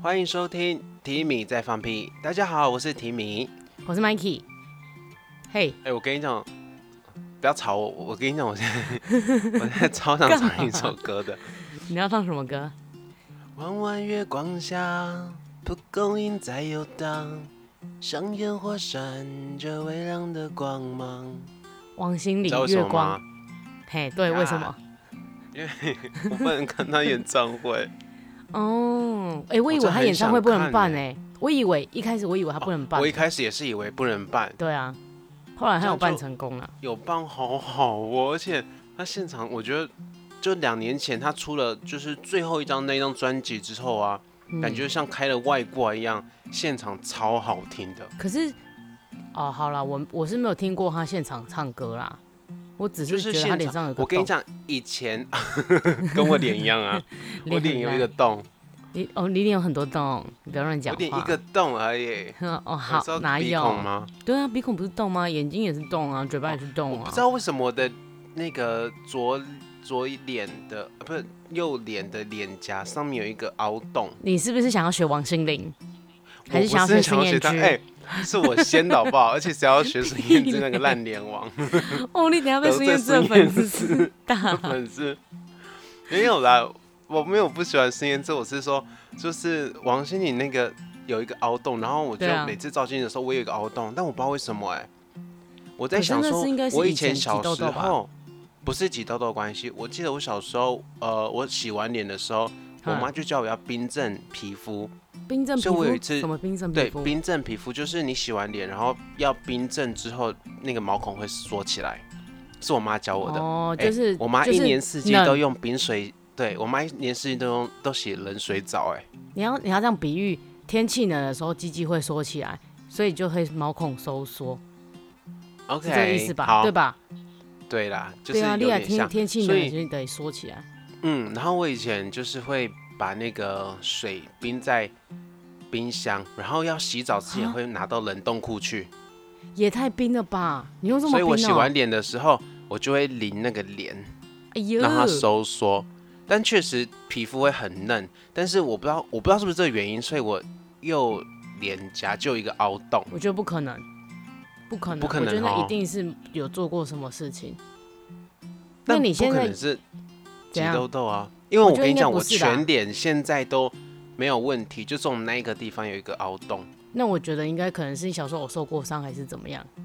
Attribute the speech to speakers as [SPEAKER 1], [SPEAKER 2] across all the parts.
[SPEAKER 1] 欢迎收听提米在放屁。大家好，我是提米。
[SPEAKER 2] 我是 Mikey。嘿、
[SPEAKER 1] 哎、我跟你讲，不要吵我。我跟你讲，我现在我在超想唱一首歌的。
[SPEAKER 2] 你要唱什么歌？
[SPEAKER 1] 弯弯月光下，蒲公英在游荡，像烟火闪着微亮的光芒。
[SPEAKER 2] 王心
[SPEAKER 1] 你
[SPEAKER 2] 凌
[SPEAKER 1] 知道为
[SPEAKER 2] 《月
[SPEAKER 1] 什么
[SPEAKER 2] 光
[SPEAKER 1] 吗？》。
[SPEAKER 2] 嘿，对，
[SPEAKER 1] 呀
[SPEAKER 2] 为什么？
[SPEAKER 1] 我不能看他演唱 会。
[SPEAKER 2] 哦，哎、我
[SPEAKER 1] 我
[SPEAKER 2] 以为
[SPEAKER 1] 真
[SPEAKER 2] 他
[SPEAKER 1] 很
[SPEAKER 2] 演唱会
[SPEAKER 1] 想
[SPEAKER 2] 不能
[SPEAKER 1] 看
[SPEAKER 2] 办
[SPEAKER 1] 欸哦
[SPEAKER 2] 哎、我以为一开始我以为他不能办，
[SPEAKER 1] 我一开始也是以为不能办，
[SPEAKER 2] 对啊，后来他
[SPEAKER 1] 这样
[SPEAKER 2] 有办
[SPEAKER 1] 就
[SPEAKER 2] 成功了。
[SPEAKER 1] 有办好好哦，而且他现场，我觉得就两年前他出了就是最后一张那张专辑之后啊，
[SPEAKER 2] 嗯
[SPEAKER 1] 感觉像开了外挂一样，现场超好听的。
[SPEAKER 2] 可是，哦，好啦，我我是没有听过他现场唱歌啦，我只
[SPEAKER 1] 就是是
[SPEAKER 2] 觉得他
[SPEAKER 1] 现
[SPEAKER 2] 脸上有
[SPEAKER 1] 场，
[SPEAKER 2] 个
[SPEAKER 1] 我跟你
[SPEAKER 2] 洞，
[SPEAKER 1] 讲，以前 跟我脸一样 啊，我脸
[SPEAKER 2] 很
[SPEAKER 1] 有一
[SPEAKER 2] 烂
[SPEAKER 1] 个洞，
[SPEAKER 2] 你哦，你脸有很多洞，你不要乱
[SPEAKER 1] 我
[SPEAKER 2] 讲话。
[SPEAKER 1] 脸一个洞而已。
[SPEAKER 2] 哦，
[SPEAKER 1] 你
[SPEAKER 2] 好
[SPEAKER 1] 知道，
[SPEAKER 2] 哪
[SPEAKER 1] 鼻
[SPEAKER 2] 有？
[SPEAKER 1] 孔吗？
[SPEAKER 2] 对啊，鼻孔不是洞吗？眼睛也是洞啊，嘴巴也是洞啊。
[SPEAKER 1] 不知道为什么我的那个左左脸的，呃不是右脸的脸颊上面有一个凹洞。
[SPEAKER 2] 你是不是想要学王心凌？还
[SPEAKER 1] 我
[SPEAKER 2] 是想要
[SPEAKER 1] 不是
[SPEAKER 2] 学
[SPEAKER 1] 想要
[SPEAKER 2] 孙燕
[SPEAKER 1] 学他，
[SPEAKER 2] 姿？
[SPEAKER 1] 哎、是我先的好不好？而且谁要学孙燕姿那个烂脸 王
[SPEAKER 2] 哦，你等下被
[SPEAKER 1] 得
[SPEAKER 2] 孙
[SPEAKER 1] 罪
[SPEAKER 2] 燕姿的
[SPEAKER 1] 孙
[SPEAKER 2] 粉
[SPEAKER 1] 燕
[SPEAKER 2] 丝 知道。
[SPEAKER 1] 粉丝？没有啦，我没有不喜欢孙燕姿，我是说，就是王心凌那个有一个凹洞，然后我就
[SPEAKER 2] 对啊
[SPEAKER 1] 每次照镜子的时候，我有一个凹洞，但我不知道为什么哎、我在
[SPEAKER 2] 可是
[SPEAKER 1] 想
[SPEAKER 2] 那
[SPEAKER 1] 说
[SPEAKER 2] 是应该，是
[SPEAKER 1] 我
[SPEAKER 2] 以前
[SPEAKER 1] 前
[SPEAKER 2] 挤
[SPEAKER 1] 小
[SPEAKER 2] 痘
[SPEAKER 1] 时
[SPEAKER 2] 痘吧
[SPEAKER 1] 候不是挤痘痘的关系，我记得我小时候，呃，我洗完脸的时候，我
[SPEAKER 2] 嗯
[SPEAKER 1] 妈就叫我要冰镇皮肤，
[SPEAKER 2] 冰镇皮
[SPEAKER 1] 所以
[SPEAKER 2] 肤
[SPEAKER 1] 我有一次
[SPEAKER 2] 什么冰镇皮
[SPEAKER 1] 对，
[SPEAKER 2] 肤？
[SPEAKER 1] 冰镇皮肤就是你洗完脸，然后要冰镇之后，那个毛孔会缩起来，是我妈教我的。
[SPEAKER 2] 哦，
[SPEAKER 1] 哎
[SPEAKER 2] 就是
[SPEAKER 1] 我妈
[SPEAKER 2] 就
[SPEAKER 1] 一
[SPEAKER 2] 是
[SPEAKER 1] 年四季
[SPEAKER 2] 冷
[SPEAKER 1] 都用冰水，对我妈一年四季都用都洗冷水澡、哎，
[SPEAKER 2] 你要你要这样比喻，天气冷的时候，鸡鸡会缩起来，所以就会毛孔收缩，是
[SPEAKER 1] OK，
[SPEAKER 2] 这个意思吧？
[SPEAKER 1] 好，
[SPEAKER 2] 对吧？
[SPEAKER 1] 对啦，就是
[SPEAKER 2] 对啊，
[SPEAKER 1] 有
[SPEAKER 2] 你也
[SPEAKER 1] 点
[SPEAKER 2] 天
[SPEAKER 1] 像。
[SPEAKER 2] 天气
[SPEAKER 1] 所
[SPEAKER 2] 冷
[SPEAKER 1] 以
[SPEAKER 2] 就得缩起来。
[SPEAKER 1] 嗯，然后我以前就是会把那个水冰在冰箱，然后要洗澡之前
[SPEAKER 2] 啊
[SPEAKER 1] 会拿到冷冻库去，
[SPEAKER 2] 也太冰了吧！你用这么
[SPEAKER 1] 所以
[SPEAKER 2] 冰哦、
[SPEAKER 1] 我洗完脸的时候，我就会淋那个脸。
[SPEAKER 2] 哎呦，
[SPEAKER 1] 让它收缩，但确实皮肤会很嫩。但是我不知道，我不知道是不是这个原因，所以我右脸颊就有一个凹洞。
[SPEAKER 2] 我觉得不可能，不可能，
[SPEAKER 1] 不可能
[SPEAKER 2] 我觉得那
[SPEAKER 1] 哦
[SPEAKER 2] 一定是有做过什么事情。那
[SPEAKER 1] 但
[SPEAKER 2] 你现
[SPEAKER 1] 不可
[SPEAKER 2] 在
[SPEAKER 1] 能是挤
[SPEAKER 2] 怎样
[SPEAKER 1] 痘痘啊，因为我
[SPEAKER 2] 我觉得
[SPEAKER 1] 跟你讲，
[SPEAKER 2] 应该
[SPEAKER 1] 我
[SPEAKER 2] 不是啦
[SPEAKER 1] 全脸现在都没有问题，就从那个地方有一个凹洞。
[SPEAKER 2] 那我觉得应该可能是你小时候有受过伤还是怎么样，
[SPEAKER 1] 嗯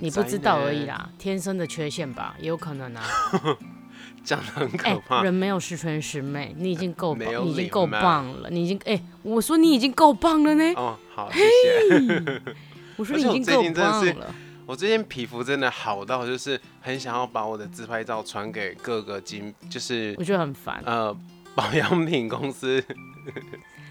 [SPEAKER 2] 你不知道而已。
[SPEAKER 1] 在呢
[SPEAKER 2] 啦，天生的缺陷吧，也有可能啊。
[SPEAKER 1] 讲的很
[SPEAKER 2] 哎、
[SPEAKER 1] 可怕。
[SPEAKER 2] 人没有十全十美，你已经够
[SPEAKER 1] 没有
[SPEAKER 2] 棒，你已经
[SPEAKER 1] 礼
[SPEAKER 2] 够
[SPEAKER 1] 貌
[SPEAKER 2] 棒了，你已经哎、我说你已经够棒了呢，
[SPEAKER 1] 哦，好，谢谢。
[SPEAKER 2] 我说
[SPEAKER 1] 而且
[SPEAKER 2] 你已
[SPEAKER 1] 我
[SPEAKER 2] 经
[SPEAKER 1] 最
[SPEAKER 2] 够
[SPEAKER 1] 近真的
[SPEAKER 2] 棒
[SPEAKER 1] 是
[SPEAKER 2] 了。
[SPEAKER 1] 我最近皮肤真的好到，就是很想要把我的自拍照传给各个金，就是
[SPEAKER 2] 我觉得很烦，
[SPEAKER 1] 呃保养品公司。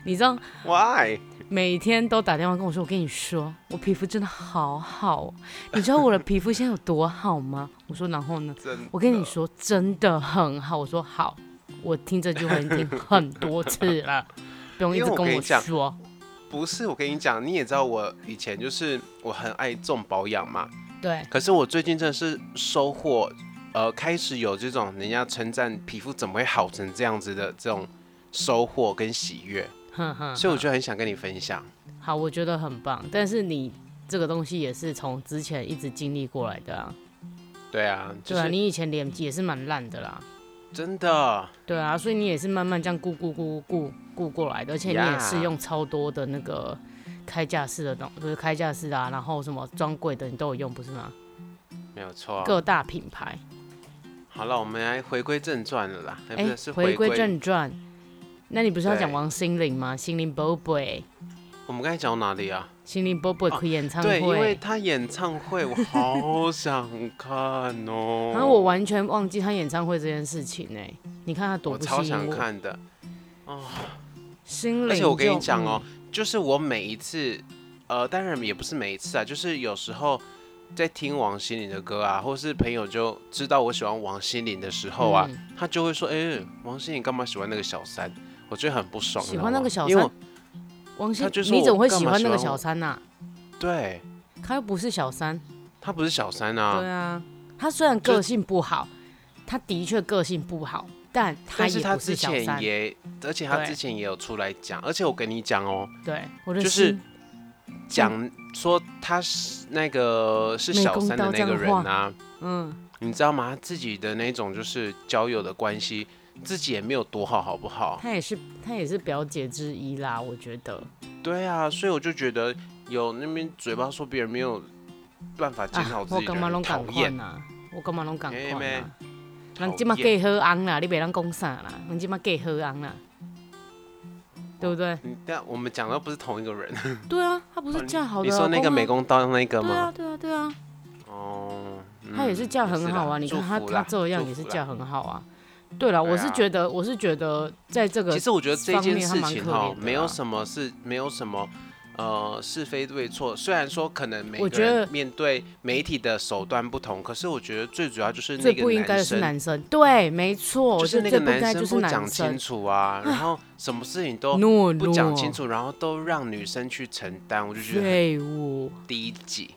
[SPEAKER 2] 你知道
[SPEAKER 1] Why？
[SPEAKER 2] 每天都打电话跟我说，我跟你说，我皮肤真的好好哦，你知道我的皮肤现在有多好吗？我说然后呢？
[SPEAKER 1] 真
[SPEAKER 2] 我跟你
[SPEAKER 1] 的
[SPEAKER 2] 说真的很好，我说好，我听这句话已经听很多次 了，不用一
[SPEAKER 1] 因
[SPEAKER 2] 直
[SPEAKER 1] 为我
[SPEAKER 2] 跟
[SPEAKER 1] 跟
[SPEAKER 2] 我
[SPEAKER 1] 你讲
[SPEAKER 2] 说，
[SPEAKER 1] 不是，我跟你讲，你也知道我以前就是我很爱重保养嘛，
[SPEAKER 2] 对，
[SPEAKER 1] 可是我最近真的是收获，呃，开始有这种人家称赞皮肤怎么会好成这样子的这种收获跟喜悦，
[SPEAKER 2] 哼嗯哼，
[SPEAKER 1] 所以我就很想跟你分享。
[SPEAKER 2] 好，我觉得很棒，但是你这个东西也是从之前一直经历过来的啊。
[SPEAKER 1] 对啊，就
[SPEAKER 2] 对啊，
[SPEAKER 1] 是
[SPEAKER 2] 你以前脸也是蛮烂的啦。
[SPEAKER 1] 真的，
[SPEAKER 2] 对啊，所以你也是慢慢这样顾顾顾顾顾过来的，而且你也
[SPEAKER 1] Yeah
[SPEAKER 2] 是用超多的那个开架式的东，不是开架式啊，然后什么专柜的你都有用，不是吗？
[SPEAKER 1] 没有错。
[SPEAKER 2] 各大品牌。
[SPEAKER 1] 好了，我们来回归正传了啦，哎、
[SPEAKER 2] 哎、
[SPEAKER 1] 不是是
[SPEAKER 2] 回
[SPEAKER 1] 归
[SPEAKER 2] 归。正传，那你不是要讲
[SPEAKER 1] 对
[SPEAKER 2] 王心凌吗？心凌 Bobo，
[SPEAKER 1] 我们刚才讲到哪里啊？
[SPEAKER 2] 心凌 Bobo
[SPEAKER 1] 哦
[SPEAKER 2] 开演唱
[SPEAKER 1] 对，因为
[SPEAKER 2] 会，
[SPEAKER 1] 他演唱会，我好想看 哦。
[SPEAKER 2] 然后啊我完全忘记他演唱会这件事情呢、你看他多
[SPEAKER 1] 我
[SPEAKER 2] 不
[SPEAKER 1] 超
[SPEAKER 2] 吸
[SPEAKER 1] 想
[SPEAKER 2] 引我，
[SPEAKER 1] 看的。
[SPEAKER 2] 心凌就。嗯
[SPEAKER 1] 而且我跟你讲哦、就是我每一次，呃，当然也不是每一次啊，就是有时候在听王心凌的歌啊，或是朋友就知道我喜欢王心凌的时候啊，
[SPEAKER 2] 嗯
[SPEAKER 1] 他就会说：“哎、王心凌干嘛喜欢那个小三？”我觉得很不爽。
[SPEAKER 2] 喜
[SPEAKER 1] 你知道
[SPEAKER 2] 欢那
[SPEAKER 1] 吗
[SPEAKER 2] 个小
[SPEAKER 1] 因为我
[SPEAKER 2] 嗯王心
[SPEAKER 1] 他就，说
[SPEAKER 2] 你怎么
[SPEAKER 1] 我
[SPEAKER 2] 会
[SPEAKER 1] 干
[SPEAKER 2] 喜
[SPEAKER 1] 嘛
[SPEAKER 2] 欢那个
[SPEAKER 1] 喜欢
[SPEAKER 2] 小
[SPEAKER 1] 我
[SPEAKER 2] 三呐、
[SPEAKER 1] 对
[SPEAKER 2] 他又不是小三。
[SPEAKER 1] 他不是小三
[SPEAKER 2] 对
[SPEAKER 1] 啊，
[SPEAKER 2] 啊，他虽然
[SPEAKER 1] 就
[SPEAKER 2] 个性不好，他的确个性不好，但他
[SPEAKER 1] 但是
[SPEAKER 2] 也
[SPEAKER 1] 他
[SPEAKER 2] 不
[SPEAKER 1] 之
[SPEAKER 2] 小
[SPEAKER 1] 前
[SPEAKER 2] 三，
[SPEAKER 1] 也，而且他
[SPEAKER 2] 对
[SPEAKER 1] 之前也有出来讲，而且我跟你讲哦，
[SPEAKER 2] 对，我的
[SPEAKER 1] 就是
[SPEAKER 2] 心嗯
[SPEAKER 1] 讲说他是那个是
[SPEAKER 2] 没
[SPEAKER 1] 小
[SPEAKER 2] 公
[SPEAKER 1] 三
[SPEAKER 2] 道
[SPEAKER 1] 的
[SPEAKER 2] 这
[SPEAKER 1] 那
[SPEAKER 2] 样
[SPEAKER 1] 个
[SPEAKER 2] 的
[SPEAKER 1] 人
[SPEAKER 2] 话
[SPEAKER 1] 啊，
[SPEAKER 2] 嗯，
[SPEAKER 1] 你知道吗？他自己的那种就是交友的关系，自己也没有多好，好不好？
[SPEAKER 2] 他也是他也是表姐之一啦，我觉得。
[SPEAKER 1] 对啊，所以我就觉得有那边嘴巴说别人没有办法检讨
[SPEAKER 2] 啊，
[SPEAKER 1] 自
[SPEAKER 2] 我
[SPEAKER 1] 己的
[SPEAKER 2] 干嘛
[SPEAKER 1] 人，
[SPEAKER 2] 拢
[SPEAKER 1] 讨
[SPEAKER 2] 共款
[SPEAKER 1] 厌，
[SPEAKER 2] 啊？我干嘛拢共
[SPEAKER 1] 嘿
[SPEAKER 2] 款
[SPEAKER 1] 咩
[SPEAKER 2] 啊？
[SPEAKER 1] 讨
[SPEAKER 2] 人即马
[SPEAKER 1] 厌。
[SPEAKER 2] 计好红啦，你袂当讲啥啦？人即马计好红啦，对不对？
[SPEAKER 1] 嗯但我们讲的不是同一个人，
[SPEAKER 2] 对啊，他不
[SPEAKER 1] 哦
[SPEAKER 2] 是嫁好的
[SPEAKER 1] 你
[SPEAKER 2] 老
[SPEAKER 1] 说那个
[SPEAKER 2] 公啊
[SPEAKER 1] 美工刀那个
[SPEAKER 2] 对啊，
[SPEAKER 1] 吗？
[SPEAKER 2] 对啊，对啊，
[SPEAKER 1] 哦，
[SPEAKER 2] 他也是
[SPEAKER 1] 嗯
[SPEAKER 2] 嫁很
[SPEAKER 1] 啦
[SPEAKER 2] 好啊。你看他
[SPEAKER 1] 祝福
[SPEAKER 2] 他
[SPEAKER 1] 啦
[SPEAKER 2] 这样
[SPEAKER 1] 祝
[SPEAKER 2] 也是
[SPEAKER 1] 福啦
[SPEAKER 2] 嫁很好啊。对了，
[SPEAKER 1] 对
[SPEAKER 2] 我是
[SPEAKER 1] 啊
[SPEAKER 2] 觉得，我是觉得在这个
[SPEAKER 1] 其实我觉得这件事情
[SPEAKER 2] 方面还蛮可
[SPEAKER 1] 哈
[SPEAKER 2] 怜，的
[SPEAKER 1] 没有
[SPEAKER 2] 啦
[SPEAKER 1] 什么是没有什么呃是非对错。虽然说可能每
[SPEAKER 2] 我
[SPEAKER 1] 个
[SPEAKER 2] 觉
[SPEAKER 1] 人
[SPEAKER 2] 得
[SPEAKER 1] 面对媒体的手段不同，可是我觉得最主要就是那
[SPEAKER 2] 最不
[SPEAKER 1] 个
[SPEAKER 2] 应该的是
[SPEAKER 1] 生，
[SPEAKER 2] 男生，对，没错，
[SPEAKER 1] 就
[SPEAKER 2] 我
[SPEAKER 1] 是那个
[SPEAKER 2] 觉得最不应该
[SPEAKER 1] 男
[SPEAKER 2] 就是
[SPEAKER 1] 不
[SPEAKER 2] 男
[SPEAKER 1] 讲清
[SPEAKER 2] 生。
[SPEAKER 1] 楚啊，然后什么事情 都
[SPEAKER 2] 懦
[SPEAKER 1] 不讲清
[SPEAKER 2] 弱、
[SPEAKER 1] 楚，然后都让女生去承担，我就觉得很
[SPEAKER 2] 废物、
[SPEAKER 1] 低级。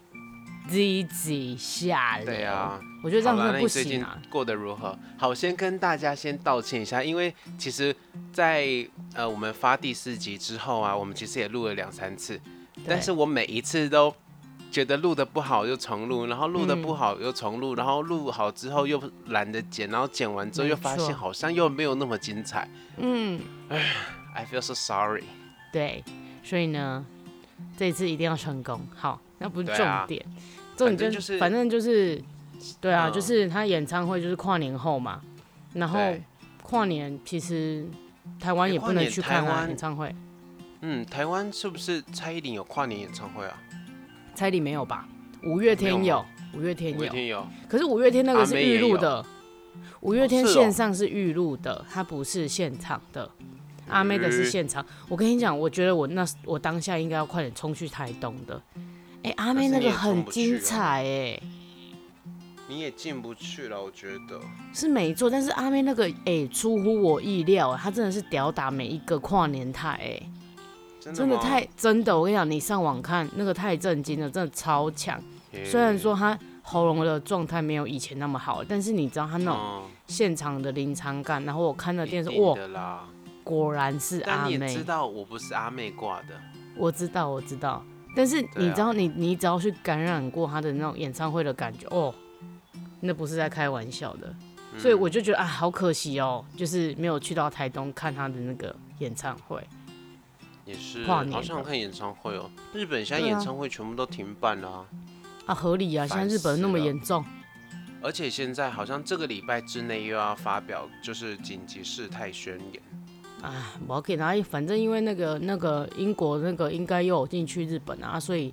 [SPEAKER 2] 低级、下流。
[SPEAKER 1] 对啊，
[SPEAKER 2] 我觉得这样
[SPEAKER 1] 好啦那
[SPEAKER 2] 真的
[SPEAKER 1] 你
[SPEAKER 2] 不
[SPEAKER 1] 最近
[SPEAKER 2] 行啊！
[SPEAKER 1] 过得如何？好，先跟大家先道歉一下，因为其实在，呃我们发第四集之后啊，我们其实也录了两三次，但
[SPEAKER 2] 对
[SPEAKER 1] 是我每一次都觉得录的不好又重录，然后录的不
[SPEAKER 2] 嗯
[SPEAKER 1] 好又重录，然后录好之后又懒得剪，然后剪完之后
[SPEAKER 2] 没
[SPEAKER 1] 又发现
[SPEAKER 2] 错
[SPEAKER 1] 好像又没有那么精彩。
[SPEAKER 2] 嗯，
[SPEAKER 1] I feel so sorry。
[SPEAKER 2] 对，所以呢，这一次一定要成功。好，那不是
[SPEAKER 1] 对
[SPEAKER 2] 重
[SPEAKER 1] 啊
[SPEAKER 2] 点，重
[SPEAKER 1] 反正
[SPEAKER 2] 点
[SPEAKER 1] 就是
[SPEAKER 2] 反正就是，对啊，
[SPEAKER 1] 嗯
[SPEAKER 2] 就是他演唱会就是跨年后嘛，然后
[SPEAKER 1] 对，
[SPEAKER 2] 跨年其实台湾
[SPEAKER 1] 哎
[SPEAKER 2] 也
[SPEAKER 1] 跨
[SPEAKER 2] 不能
[SPEAKER 1] 年
[SPEAKER 2] 去
[SPEAKER 1] 台
[SPEAKER 2] 看啊
[SPEAKER 1] 湾
[SPEAKER 2] 演唱会，
[SPEAKER 1] 嗯，台湾是不是蔡依林有跨年演唱会啊？
[SPEAKER 2] 彩礼没有吧？五月天
[SPEAKER 1] 没有
[SPEAKER 2] 有
[SPEAKER 1] 吗，
[SPEAKER 2] 五月天
[SPEAKER 1] 五月
[SPEAKER 2] 有，
[SPEAKER 1] 天有，
[SPEAKER 2] 可是五月天那个
[SPEAKER 1] 阿
[SPEAKER 2] 是
[SPEAKER 1] 妹
[SPEAKER 2] 预
[SPEAKER 1] 也有
[SPEAKER 2] 录的，五月天
[SPEAKER 1] 是哦
[SPEAKER 2] 线上是预录的，它不是现场的。阿妹
[SPEAKER 1] 嗯
[SPEAKER 2] 的是现场，我跟你讲，我觉得我那我当下应该要快点冲去台东的。哎、阿妹那个很
[SPEAKER 1] 啊
[SPEAKER 2] 精彩哎、
[SPEAKER 1] 你也进不去了，我觉得。
[SPEAKER 2] 是没错，但是阿妹那个哎、出乎我意料、她真的是吊打每一个跨年台哎、
[SPEAKER 1] 真的
[SPEAKER 2] 真的
[SPEAKER 1] 吗
[SPEAKER 2] 太真的，我跟你讲，你上网看那个太震惊了，真的超强。
[SPEAKER 1] 嗯
[SPEAKER 2] 虽然说她喉咙的状态没有以前那么好，但是你知道她那种
[SPEAKER 1] 嗯
[SPEAKER 2] 现场的临场感，然后我看了
[SPEAKER 1] 一
[SPEAKER 2] 电视，
[SPEAKER 1] 定
[SPEAKER 2] 哇，
[SPEAKER 1] 的啦，
[SPEAKER 2] 果然是
[SPEAKER 1] 但
[SPEAKER 2] 阿
[SPEAKER 1] 你也
[SPEAKER 2] 妹
[SPEAKER 1] 知，道我不是阿妹挂的，
[SPEAKER 2] 我知道，我知道。但是
[SPEAKER 1] 啊
[SPEAKER 2] 你知道，你你只要去感染过她的那种演唱会的感觉，哦，那不是在开玩笑的。
[SPEAKER 1] 嗯
[SPEAKER 2] 所以我就觉得啊，好可惜哦，就是没有去到台东看她的那个演唱会。
[SPEAKER 1] 也是
[SPEAKER 2] 跨年
[SPEAKER 1] 好想
[SPEAKER 2] 的
[SPEAKER 1] 看演唱会哦。日本现在
[SPEAKER 2] 对啊
[SPEAKER 1] 演唱会全部都停办了啊、
[SPEAKER 2] 啊，合理啊，现
[SPEAKER 1] 烦
[SPEAKER 2] 在日本那么
[SPEAKER 1] 死了
[SPEAKER 2] 严重，
[SPEAKER 1] 而且现在好像这个礼拜之内又要发表就是紧急事态宣言。
[SPEAKER 2] 哎，我要给他，反正因为那个那个英国那个应该又有进去日本啊，所以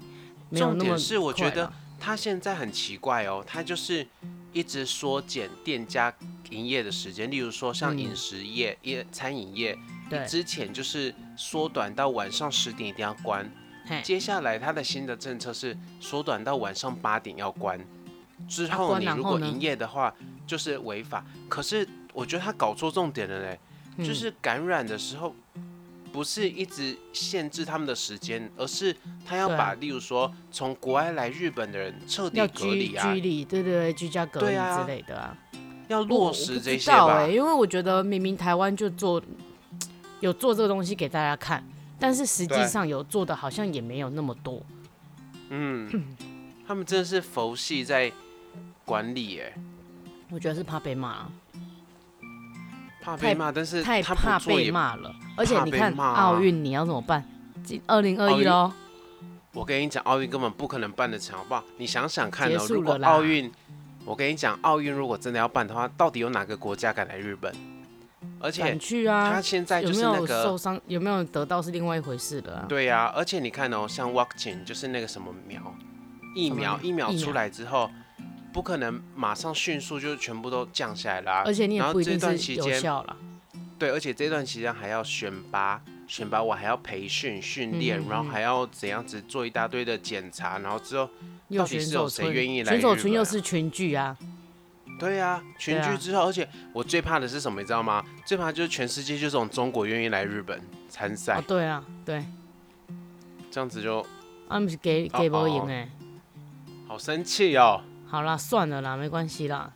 [SPEAKER 2] 没有
[SPEAKER 1] 重
[SPEAKER 2] 那么
[SPEAKER 1] 点是我觉
[SPEAKER 2] 快
[SPEAKER 1] 得
[SPEAKER 2] 啦
[SPEAKER 1] 他现在很奇怪哦，他就是一直缩减店家营业的时间，例如说像
[SPEAKER 2] 嗯
[SPEAKER 1] 饮食业、业、餐饮业，
[SPEAKER 2] 对，
[SPEAKER 1] 之前就是缩短到晚上十点一定要关，
[SPEAKER 2] 嘿
[SPEAKER 1] 接下来他的新的政策是缩短到晚上八点要关，之
[SPEAKER 2] 啊
[SPEAKER 1] 后
[SPEAKER 2] 关
[SPEAKER 1] 你
[SPEAKER 2] 然
[SPEAKER 1] 如
[SPEAKER 2] 后
[SPEAKER 1] 果
[SPEAKER 2] 呢
[SPEAKER 1] 营业的话就是违法。可是我觉得他搞错重点了嘞，就
[SPEAKER 2] 嗯
[SPEAKER 1] 是感染的时候不是一直限制他们的时间，而是他要
[SPEAKER 2] 对啊
[SPEAKER 1] 把例如说从国外来日本的人彻底
[SPEAKER 2] 要
[SPEAKER 1] 隔
[SPEAKER 2] 居
[SPEAKER 1] 离啊
[SPEAKER 2] 居，离，对对对，居家隔
[SPEAKER 1] 对
[SPEAKER 2] 离
[SPEAKER 1] 啊
[SPEAKER 2] 之类的啊。
[SPEAKER 1] 要
[SPEAKER 2] 我
[SPEAKER 1] 落
[SPEAKER 2] 我
[SPEAKER 1] 实
[SPEAKER 2] 不
[SPEAKER 1] 这
[SPEAKER 2] 知
[SPEAKER 1] 些
[SPEAKER 2] 道
[SPEAKER 1] 吧。
[SPEAKER 2] 欸因为我觉得明明台湾就做有做这个东西给大家看，但是实际
[SPEAKER 1] 对
[SPEAKER 2] 上有做的好像也没有那么多。
[SPEAKER 1] 嗯，他们真的是佛系在管理哎、
[SPEAKER 2] 我觉得是怕被骂啊，
[SPEAKER 1] 怕被
[SPEAKER 2] 太
[SPEAKER 1] 骂，但是
[SPEAKER 2] 太
[SPEAKER 1] 他
[SPEAKER 2] 怕
[SPEAKER 1] 不做
[SPEAKER 2] 被
[SPEAKER 1] 也
[SPEAKER 2] 骂了。而且
[SPEAKER 1] 怕
[SPEAKER 2] 你
[SPEAKER 1] 被
[SPEAKER 2] 看
[SPEAKER 1] 骂啊
[SPEAKER 2] 奥运你要怎么办？今二零二
[SPEAKER 1] 奥
[SPEAKER 2] 一
[SPEAKER 1] 运
[SPEAKER 2] 喽，
[SPEAKER 1] 我跟你讲，奥运根本不可能办得成，好不好？你想想看
[SPEAKER 2] 结
[SPEAKER 1] 哦，
[SPEAKER 2] 束
[SPEAKER 1] 如果
[SPEAKER 2] 了啦
[SPEAKER 1] 奥运，我跟你讲，奥运如果真的要办的话，到底有哪个国家敢来日本？而且
[SPEAKER 2] 敢去啊？
[SPEAKER 1] 他现在
[SPEAKER 2] 有
[SPEAKER 1] 就
[SPEAKER 2] 没
[SPEAKER 1] 是那
[SPEAKER 2] 有
[SPEAKER 1] 个
[SPEAKER 2] 受，伤，有没有得到是另外一回事了、啊。
[SPEAKER 1] 对呀、而且你看哦，像 vaccine 就是那个什么苗疫苗，
[SPEAKER 2] 什么苗
[SPEAKER 1] 疫苗
[SPEAKER 2] 疫苗
[SPEAKER 1] 出来之后，不可能马上迅速就全部都降下来啦、
[SPEAKER 2] 而且你也
[SPEAKER 1] 啊然后
[SPEAKER 2] 不一
[SPEAKER 1] 这
[SPEAKER 2] 定
[SPEAKER 1] 段
[SPEAKER 2] 是
[SPEAKER 1] 期
[SPEAKER 2] 有
[SPEAKER 1] 间
[SPEAKER 2] 效了。
[SPEAKER 1] 对，而且这段期间还要选拔，选拔我还要培训训练，
[SPEAKER 2] 嗯
[SPEAKER 1] 然后还要怎样子做一大堆的检查，然后之后
[SPEAKER 2] 又
[SPEAKER 1] 到底
[SPEAKER 2] 选
[SPEAKER 1] 是
[SPEAKER 2] 手
[SPEAKER 1] 有谁
[SPEAKER 2] 村，
[SPEAKER 1] 愿意来
[SPEAKER 2] 选手
[SPEAKER 1] 日
[SPEAKER 2] 村又
[SPEAKER 1] 本啊
[SPEAKER 2] 是群聚啊，
[SPEAKER 1] 对啊，群
[SPEAKER 2] 对
[SPEAKER 1] 聚
[SPEAKER 2] 啊
[SPEAKER 1] 之后，而且我最怕的是什么，你知道吗？最怕就是全世界就这种中国愿意来日本参赛，
[SPEAKER 2] 哦对啊，对，
[SPEAKER 1] 这样子就
[SPEAKER 2] 啊不是给给不赢
[SPEAKER 1] 哦
[SPEAKER 2] 哎，
[SPEAKER 1] 好生气哦。
[SPEAKER 2] 好啦，算了啦，没关系啦。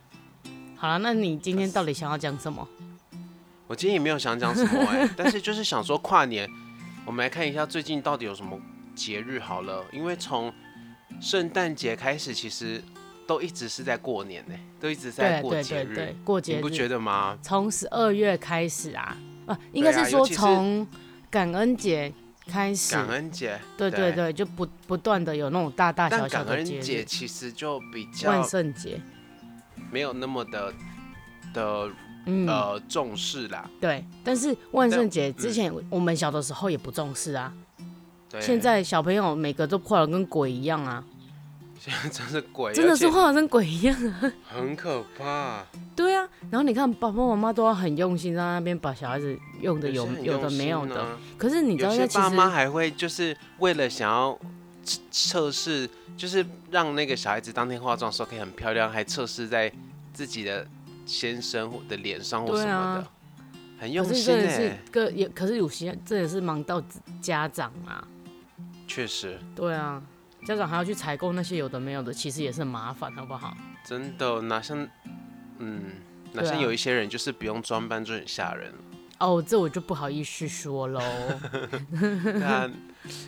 [SPEAKER 2] 好啦，那你今天到底想要讲什么？
[SPEAKER 1] 我今天也没有想讲什么哎、 但是就是想说跨年，我们来看一下最近到底有什么节日好了，因为从圣诞节开始，其实都一直是在过年呢、都一直在
[SPEAKER 2] 对
[SPEAKER 1] 过
[SPEAKER 2] 对
[SPEAKER 1] 节
[SPEAKER 2] 对
[SPEAKER 1] 日，
[SPEAKER 2] 对，过节
[SPEAKER 1] 你不
[SPEAKER 2] 日
[SPEAKER 1] 觉得吗？
[SPEAKER 2] 从十二月开始啊，啊，应
[SPEAKER 1] 对
[SPEAKER 2] 该
[SPEAKER 1] 啊
[SPEAKER 2] 是说
[SPEAKER 1] 尤其是
[SPEAKER 2] 从感恩节开始，
[SPEAKER 1] 感恩节，
[SPEAKER 2] 对对对，就不不断的有那种大大
[SPEAKER 1] 但
[SPEAKER 2] 小
[SPEAKER 1] 感
[SPEAKER 2] 小的
[SPEAKER 1] 恩
[SPEAKER 2] 节
[SPEAKER 1] 节
[SPEAKER 2] 日，
[SPEAKER 1] 其实就比较
[SPEAKER 2] 万圣节，
[SPEAKER 1] 没有那么的的
[SPEAKER 2] 嗯，
[SPEAKER 1] 呃重视啦。
[SPEAKER 2] 对。但是万圣节
[SPEAKER 1] 嗯
[SPEAKER 2] 之前我们小的时候也不重视啊，
[SPEAKER 1] 对，
[SPEAKER 2] 现在小朋友每个都画的跟鬼一样啊，
[SPEAKER 1] 现在真是鬼，
[SPEAKER 2] 真的是
[SPEAKER 1] 而且
[SPEAKER 2] 画的跟鬼一样啊。
[SPEAKER 1] 很可怕。
[SPEAKER 2] 对啊，然后你看爸爸妈妈都要很用心，在那边把小孩子用的有有的没有的。
[SPEAKER 1] 的，
[SPEAKER 2] 可是你知
[SPEAKER 1] 啊有
[SPEAKER 2] 道，
[SPEAKER 1] 些
[SPEAKER 2] 其实
[SPEAKER 1] 爸妈还会就是为了想要测测试，就是让那个小孩子当天化妆的时候可以很漂亮，还测试在自己的先生或的脸上或
[SPEAKER 2] 对
[SPEAKER 1] 什么的，
[SPEAKER 2] 啊
[SPEAKER 1] 很
[SPEAKER 2] 可
[SPEAKER 1] 用
[SPEAKER 2] 是
[SPEAKER 1] 心
[SPEAKER 2] 真
[SPEAKER 1] 哎、
[SPEAKER 2] 的是个也，可是有些真的是忙到家长啊，
[SPEAKER 1] 确实
[SPEAKER 2] 对啊，家长还要去采购那些有的没有的，其实也是很麻烦，好不好？
[SPEAKER 1] 真的哪像嗯哪
[SPEAKER 2] 对啊
[SPEAKER 1] 像有一些人就是不用装扮就很吓人。
[SPEAKER 2] 哦，这我就不好意思说 喽。
[SPEAKER 1] 对啊，
[SPEAKER 2] 嗯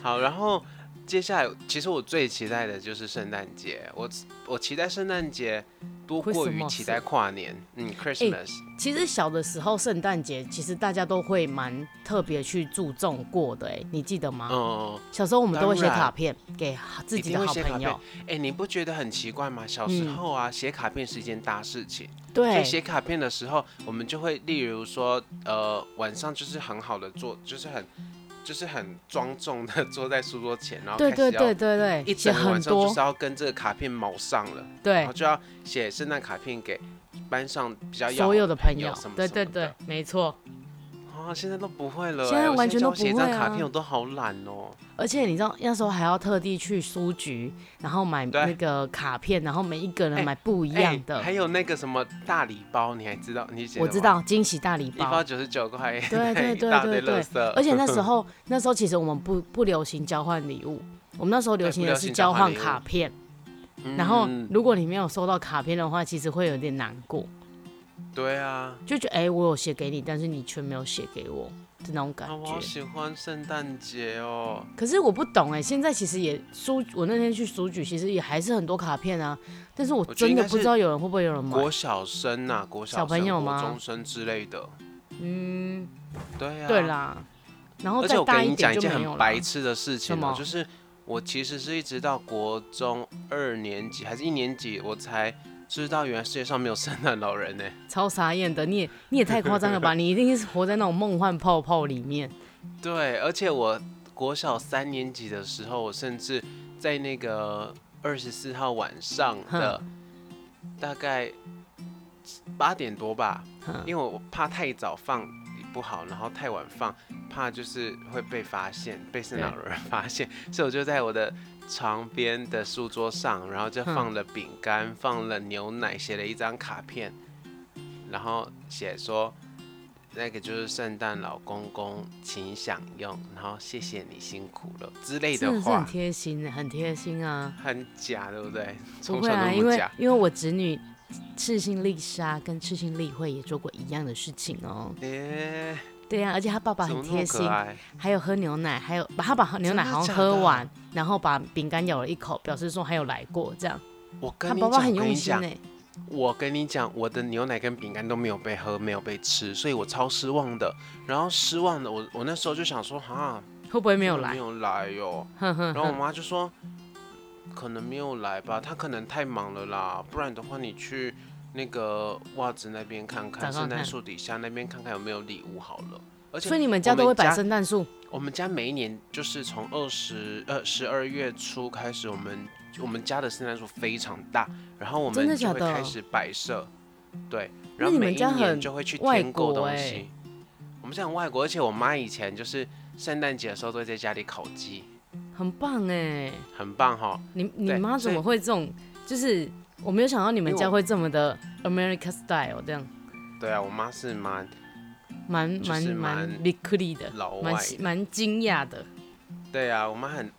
[SPEAKER 1] 好，然后接下来，其实我最期待的就是圣诞节。我我期待圣诞节多过于
[SPEAKER 2] Christmas
[SPEAKER 1] 期待跨年。嗯，Christmas，、
[SPEAKER 2] 其实小的时候，圣诞节其实大家都会蛮特别去注重过的、哎，你记得吗？
[SPEAKER 1] 嗯，
[SPEAKER 2] 小时候我们都会写
[SPEAKER 1] 当然
[SPEAKER 2] 卡片给自己
[SPEAKER 1] 一定
[SPEAKER 2] 的
[SPEAKER 1] 会
[SPEAKER 2] 好
[SPEAKER 1] 写卡
[SPEAKER 2] 朋
[SPEAKER 1] 片
[SPEAKER 2] 友，
[SPEAKER 1] 哎、你不觉得很奇怪吗？小时候啊，写卡片是一件大事情。所
[SPEAKER 2] 嗯对
[SPEAKER 1] 以，写卡片的时候，我们就会，例如说，呃，晚上就是很好的坐，就是很，就是很庄重的 坐在书桌前，然后开
[SPEAKER 2] 对
[SPEAKER 1] 始要
[SPEAKER 2] 对对对
[SPEAKER 1] 一
[SPEAKER 2] 对，写
[SPEAKER 1] 整个
[SPEAKER 2] 很
[SPEAKER 1] 晚上就是
[SPEAKER 2] 多，
[SPEAKER 1] 要跟这个卡片卯上了。然
[SPEAKER 2] 对
[SPEAKER 1] 后，就要写圣诞卡片给班上比较要好
[SPEAKER 2] 所有的
[SPEAKER 1] 朋
[SPEAKER 2] 朋友
[SPEAKER 1] 什么，
[SPEAKER 2] 对
[SPEAKER 1] 什么
[SPEAKER 2] 对
[SPEAKER 1] 的
[SPEAKER 2] 对，没错。
[SPEAKER 1] 啊，现在都不会了欸，
[SPEAKER 2] 现在
[SPEAKER 1] 我
[SPEAKER 2] 完全
[SPEAKER 1] 叫
[SPEAKER 2] 都
[SPEAKER 1] 我写一
[SPEAKER 2] 不
[SPEAKER 1] 张
[SPEAKER 2] 会
[SPEAKER 1] 卡
[SPEAKER 2] 啊
[SPEAKER 1] 片我都好懒哦，
[SPEAKER 2] 而且你知道那时候还要特地去书局，然后买
[SPEAKER 1] 对
[SPEAKER 2] 那个卡片，然后每一个
[SPEAKER 1] 哎
[SPEAKER 2] 人买不一
[SPEAKER 1] 一
[SPEAKER 2] 样的。
[SPEAKER 1] 还有那个什么大礼包，你还知道？你记
[SPEAKER 2] 我
[SPEAKER 1] 得
[SPEAKER 2] 知
[SPEAKER 1] 吗，
[SPEAKER 2] 道惊喜大礼
[SPEAKER 1] 一包
[SPEAKER 2] 包，
[SPEAKER 1] 九十九块，
[SPEAKER 2] 对 对
[SPEAKER 1] 一
[SPEAKER 2] 对
[SPEAKER 1] 大
[SPEAKER 2] 对
[SPEAKER 1] 堆垃
[SPEAKER 2] 对
[SPEAKER 1] 圾，
[SPEAKER 2] 而且那 时候那时候其实我们不不流行交换礼物，我们那时候流行的是交换卡片。然后
[SPEAKER 1] 嗯
[SPEAKER 2] 如果你没有收到卡片的话，其实会有点难过，
[SPEAKER 1] 对啊，
[SPEAKER 2] 就觉得哎、我有写给你，但是你却没有写给我的那种感
[SPEAKER 1] 啊，我
[SPEAKER 2] 觉
[SPEAKER 1] 好。喜欢圣诞节哦，
[SPEAKER 2] 可是我不懂哎、现在其实也书，我那天去书局，其实也还是很多卡片啊，但是我
[SPEAKER 1] 我觉得
[SPEAKER 2] 真
[SPEAKER 1] 应该
[SPEAKER 2] 的
[SPEAKER 1] 是
[SPEAKER 2] 不知道有人会不会有人买。
[SPEAKER 1] 国小生呐，国
[SPEAKER 2] 嗯小
[SPEAKER 1] 小
[SPEAKER 2] 朋
[SPEAKER 1] 生
[SPEAKER 2] 友
[SPEAKER 1] 国
[SPEAKER 2] 吗
[SPEAKER 1] 中生之类的，
[SPEAKER 2] 嗯，
[SPEAKER 1] 对啊，
[SPEAKER 2] 对啦，然后
[SPEAKER 1] 而且
[SPEAKER 2] 再
[SPEAKER 1] 我
[SPEAKER 2] 大
[SPEAKER 1] 跟
[SPEAKER 2] 一
[SPEAKER 1] 你讲
[SPEAKER 2] 点
[SPEAKER 1] 一
[SPEAKER 2] 就
[SPEAKER 1] 件
[SPEAKER 2] 没有
[SPEAKER 1] 很
[SPEAKER 2] 了。
[SPEAKER 1] 白痴的事情
[SPEAKER 2] 什
[SPEAKER 1] 哦、
[SPEAKER 2] 么
[SPEAKER 1] 就是我其实是一直到国中二年级还是一年级，我才知道原来世界上没有圣诞老人呢、
[SPEAKER 2] 超傻眼的，你也你也太夸张 了吧！你一定是活在那种梦幻泡泡里面。
[SPEAKER 1] 对，而且我国小三年级的时候，我甚至在那个二十四号晚上的大概八点多吧，
[SPEAKER 2] 哼
[SPEAKER 1] 因为我怕太早放不好，然后太晚放，怕就是会被发现，被圣诞老人发现，所以我就在我的床边的书桌上，然后就
[SPEAKER 2] 哼
[SPEAKER 1] 放了饼干，放了牛奶，写了一张卡片，然后写说。那个就是圣诞老公公，请享用，然后谢谢你辛苦了之类
[SPEAKER 2] 真
[SPEAKER 1] 的
[SPEAKER 2] 的是很
[SPEAKER 1] 话，
[SPEAKER 2] 贴心，欸很贴心啊！
[SPEAKER 1] 很假，对不对？
[SPEAKER 2] 不
[SPEAKER 1] 从
[SPEAKER 2] 会
[SPEAKER 1] 小
[SPEAKER 2] 啊，
[SPEAKER 1] 那
[SPEAKER 2] 因
[SPEAKER 1] 么
[SPEAKER 2] 为
[SPEAKER 1] 假，
[SPEAKER 2] 因为我侄女赤心丽莎跟赤心丽慧也做过一样的事情哦。
[SPEAKER 1] 诶、
[SPEAKER 2] 对呀、啊，而且她爸爸
[SPEAKER 1] 怎
[SPEAKER 2] 很
[SPEAKER 1] 么那么
[SPEAKER 2] 贴
[SPEAKER 1] 可
[SPEAKER 2] 心，
[SPEAKER 1] 爱？啊
[SPEAKER 2] 还有喝牛奶，还有把她把牛奶
[SPEAKER 1] 真的
[SPEAKER 2] 好像
[SPEAKER 1] 假的
[SPEAKER 2] 喝完，然后把饼干咬了一口，表示说还有来过这样。
[SPEAKER 1] 我
[SPEAKER 2] 她
[SPEAKER 1] 跟你讲，
[SPEAKER 2] 爸爸很
[SPEAKER 1] 我跟
[SPEAKER 2] 用
[SPEAKER 1] 你
[SPEAKER 2] 心
[SPEAKER 1] 讲
[SPEAKER 2] 哎、，
[SPEAKER 1] 我跟你讲，我的牛奶跟饼干都没有被喝，没有被吃，所以我超失望的。然后失望的，我我那时候就想说，哈，
[SPEAKER 2] 会不会没
[SPEAKER 1] 没
[SPEAKER 2] 有
[SPEAKER 1] 没
[SPEAKER 2] 来？
[SPEAKER 1] 有来哟。
[SPEAKER 2] 哼哼
[SPEAKER 1] 然后我
[SPEAKER 2] 哼，
[SPEAKER 1] 妈就说，可能没有来吧，她可能太忙了啦，不然的话你去那个袜子那边看看，
[SPEAKER 2] 找看
[SPEAKER 1] 圣诞
[SPEAKER 2] 看
[SPEAKER 1] 树底下那边看看有没有礼物好了。而且
[SPEAKER 2] 所以你们家都会
[SPEAKER 1] 我
[SPEAKER 2] 摆
[SPEAKER 1] 们家
[SPEAKER 2] 圣诞树？
[SPEAKER 1] 我们家每一年就是从二十呃十二月初开始，我们我们家的圣诞树非常大，然后我
[SPEAKER 2] 真
[SPEAKER 1] 们
[SPEAKER 2] 的
[SPEAKER 1] 就
[SPEAKER 2] 假
[SPEAKER 1] 会
[SPEAKER 2] 的
[SPEAKER 1] 开始摆设，对，
[SPEAKER 2] 那
[SPEAKER 1] 然后
[SPEAKER 2] 你们
[SPEAKER 1] 每一
[SPEAKER 2] 家
[SPEAKER 1] 年
[SPEAKER 2] 很
[SPEAKER 1] 就会去
[SPEAKER 2] 外
[SPEAKER 1] 添购
[SPEAKER 2] 国
[SPEAKER 1] 东
[SPEAKER 2] 欸
[SPEAKER 1] 西。我们家很外国，而且我妈以前就是圣诞节的时候都会在家里烤鸡，
[SPEAKER 2] 很棒哎、
[SPEAKER 1] 很棒哈。
[SPEAKER 2] 你你
[SPEAKER 1] 对
[SPEAKER 2] 妈
[SPEAKER 1] 所
[SPEAKER 2] 怎
[SPEAKER 1] 以
[SPEAKER 2] 么会这种？就是我没有想到你们
[SPEAKER 1] 因为
[SPEAKER 2] 家
[SPEAKER 1] 我
[SPEAKER 2] 会这么的 America style，这样
[SPEAKER 1] 对啊，我妈是蛮
[SPEAKER 2] 蛮
[SPEAKER 1] 就
[SPEAKER 2] 蛮
[SPEAKER 1] 是
[SPEAKER 2] 蛮
[SPEAKER 1] 蛮
[SPEAKER 2] l i q u i 的，
[SPEAKER 1] 老外
[SPEAKER 2] 蛮
[SPEAKER 1] 的，
[SPEAKER 2] 蛮惊讶的。
[SPEAKER 1] 对啊，我妈很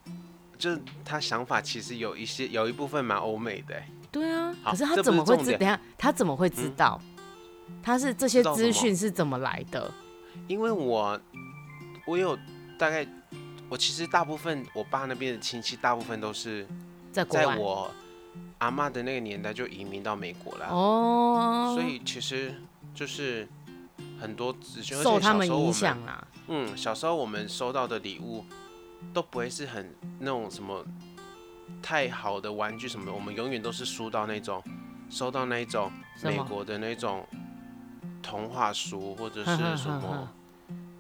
[SPEAKER 1] 就是她想法其实有一些有一部分蛮欧美的欸、
[SPEAKER 2] 对啊，
[SPEAKER 1] 好
[SPEAKER 2] 可是她
[SPEAKER 1] 这不
[SPEAKER 2] 怎
[SPEAKER 1] 是
[SPEAKER 2] 么会
[SPEAKER 1] 重
[SPEAKER 2] 知？
[SPEAKER 1] 点嗯
[SPEAKER 2] 等一下她怎么会知道？他是这些资讯是怎么来的？
[SPEAKER 1] 因为我我有大概，我其实大部分我爸那边的亲戚，大部分都是
[SPEAKER 2] 在国
[SPEAKER 1] 在
[SPEAKER 2] 外
[SPEAKER 1] 我阿妈的那个年代就移民到美国了，
[SPEAKER 2] 哦，
[SPEAKER 1] 所以其实就是很多资讯，而且
[SPEAKER 2] 受他
[SPEAKER 1] 小
[SPEAKER 2] 们
[SPEAKER 1] 时候我
[SPEAKER 2] 影
[SPEAKER 1] 们
[SPEAKER 2] 响啊啦。
[SPEAKER 1] 嗯，小时候我们收到的礼物都不会是很那种什么太好的玩具什么的，我们永远都是收到那种收到那一种
[SPEAKER 2] 什
[SPEAKER 1] 美
[SPEAKER 2] 么
[SPEAKER 1] 国的那种童话书或者是
[SPEAKER 2] 哼哼
[SPEAKER 1] 什
[SPEAKER 2] 哼
[SPEAKER 1] 么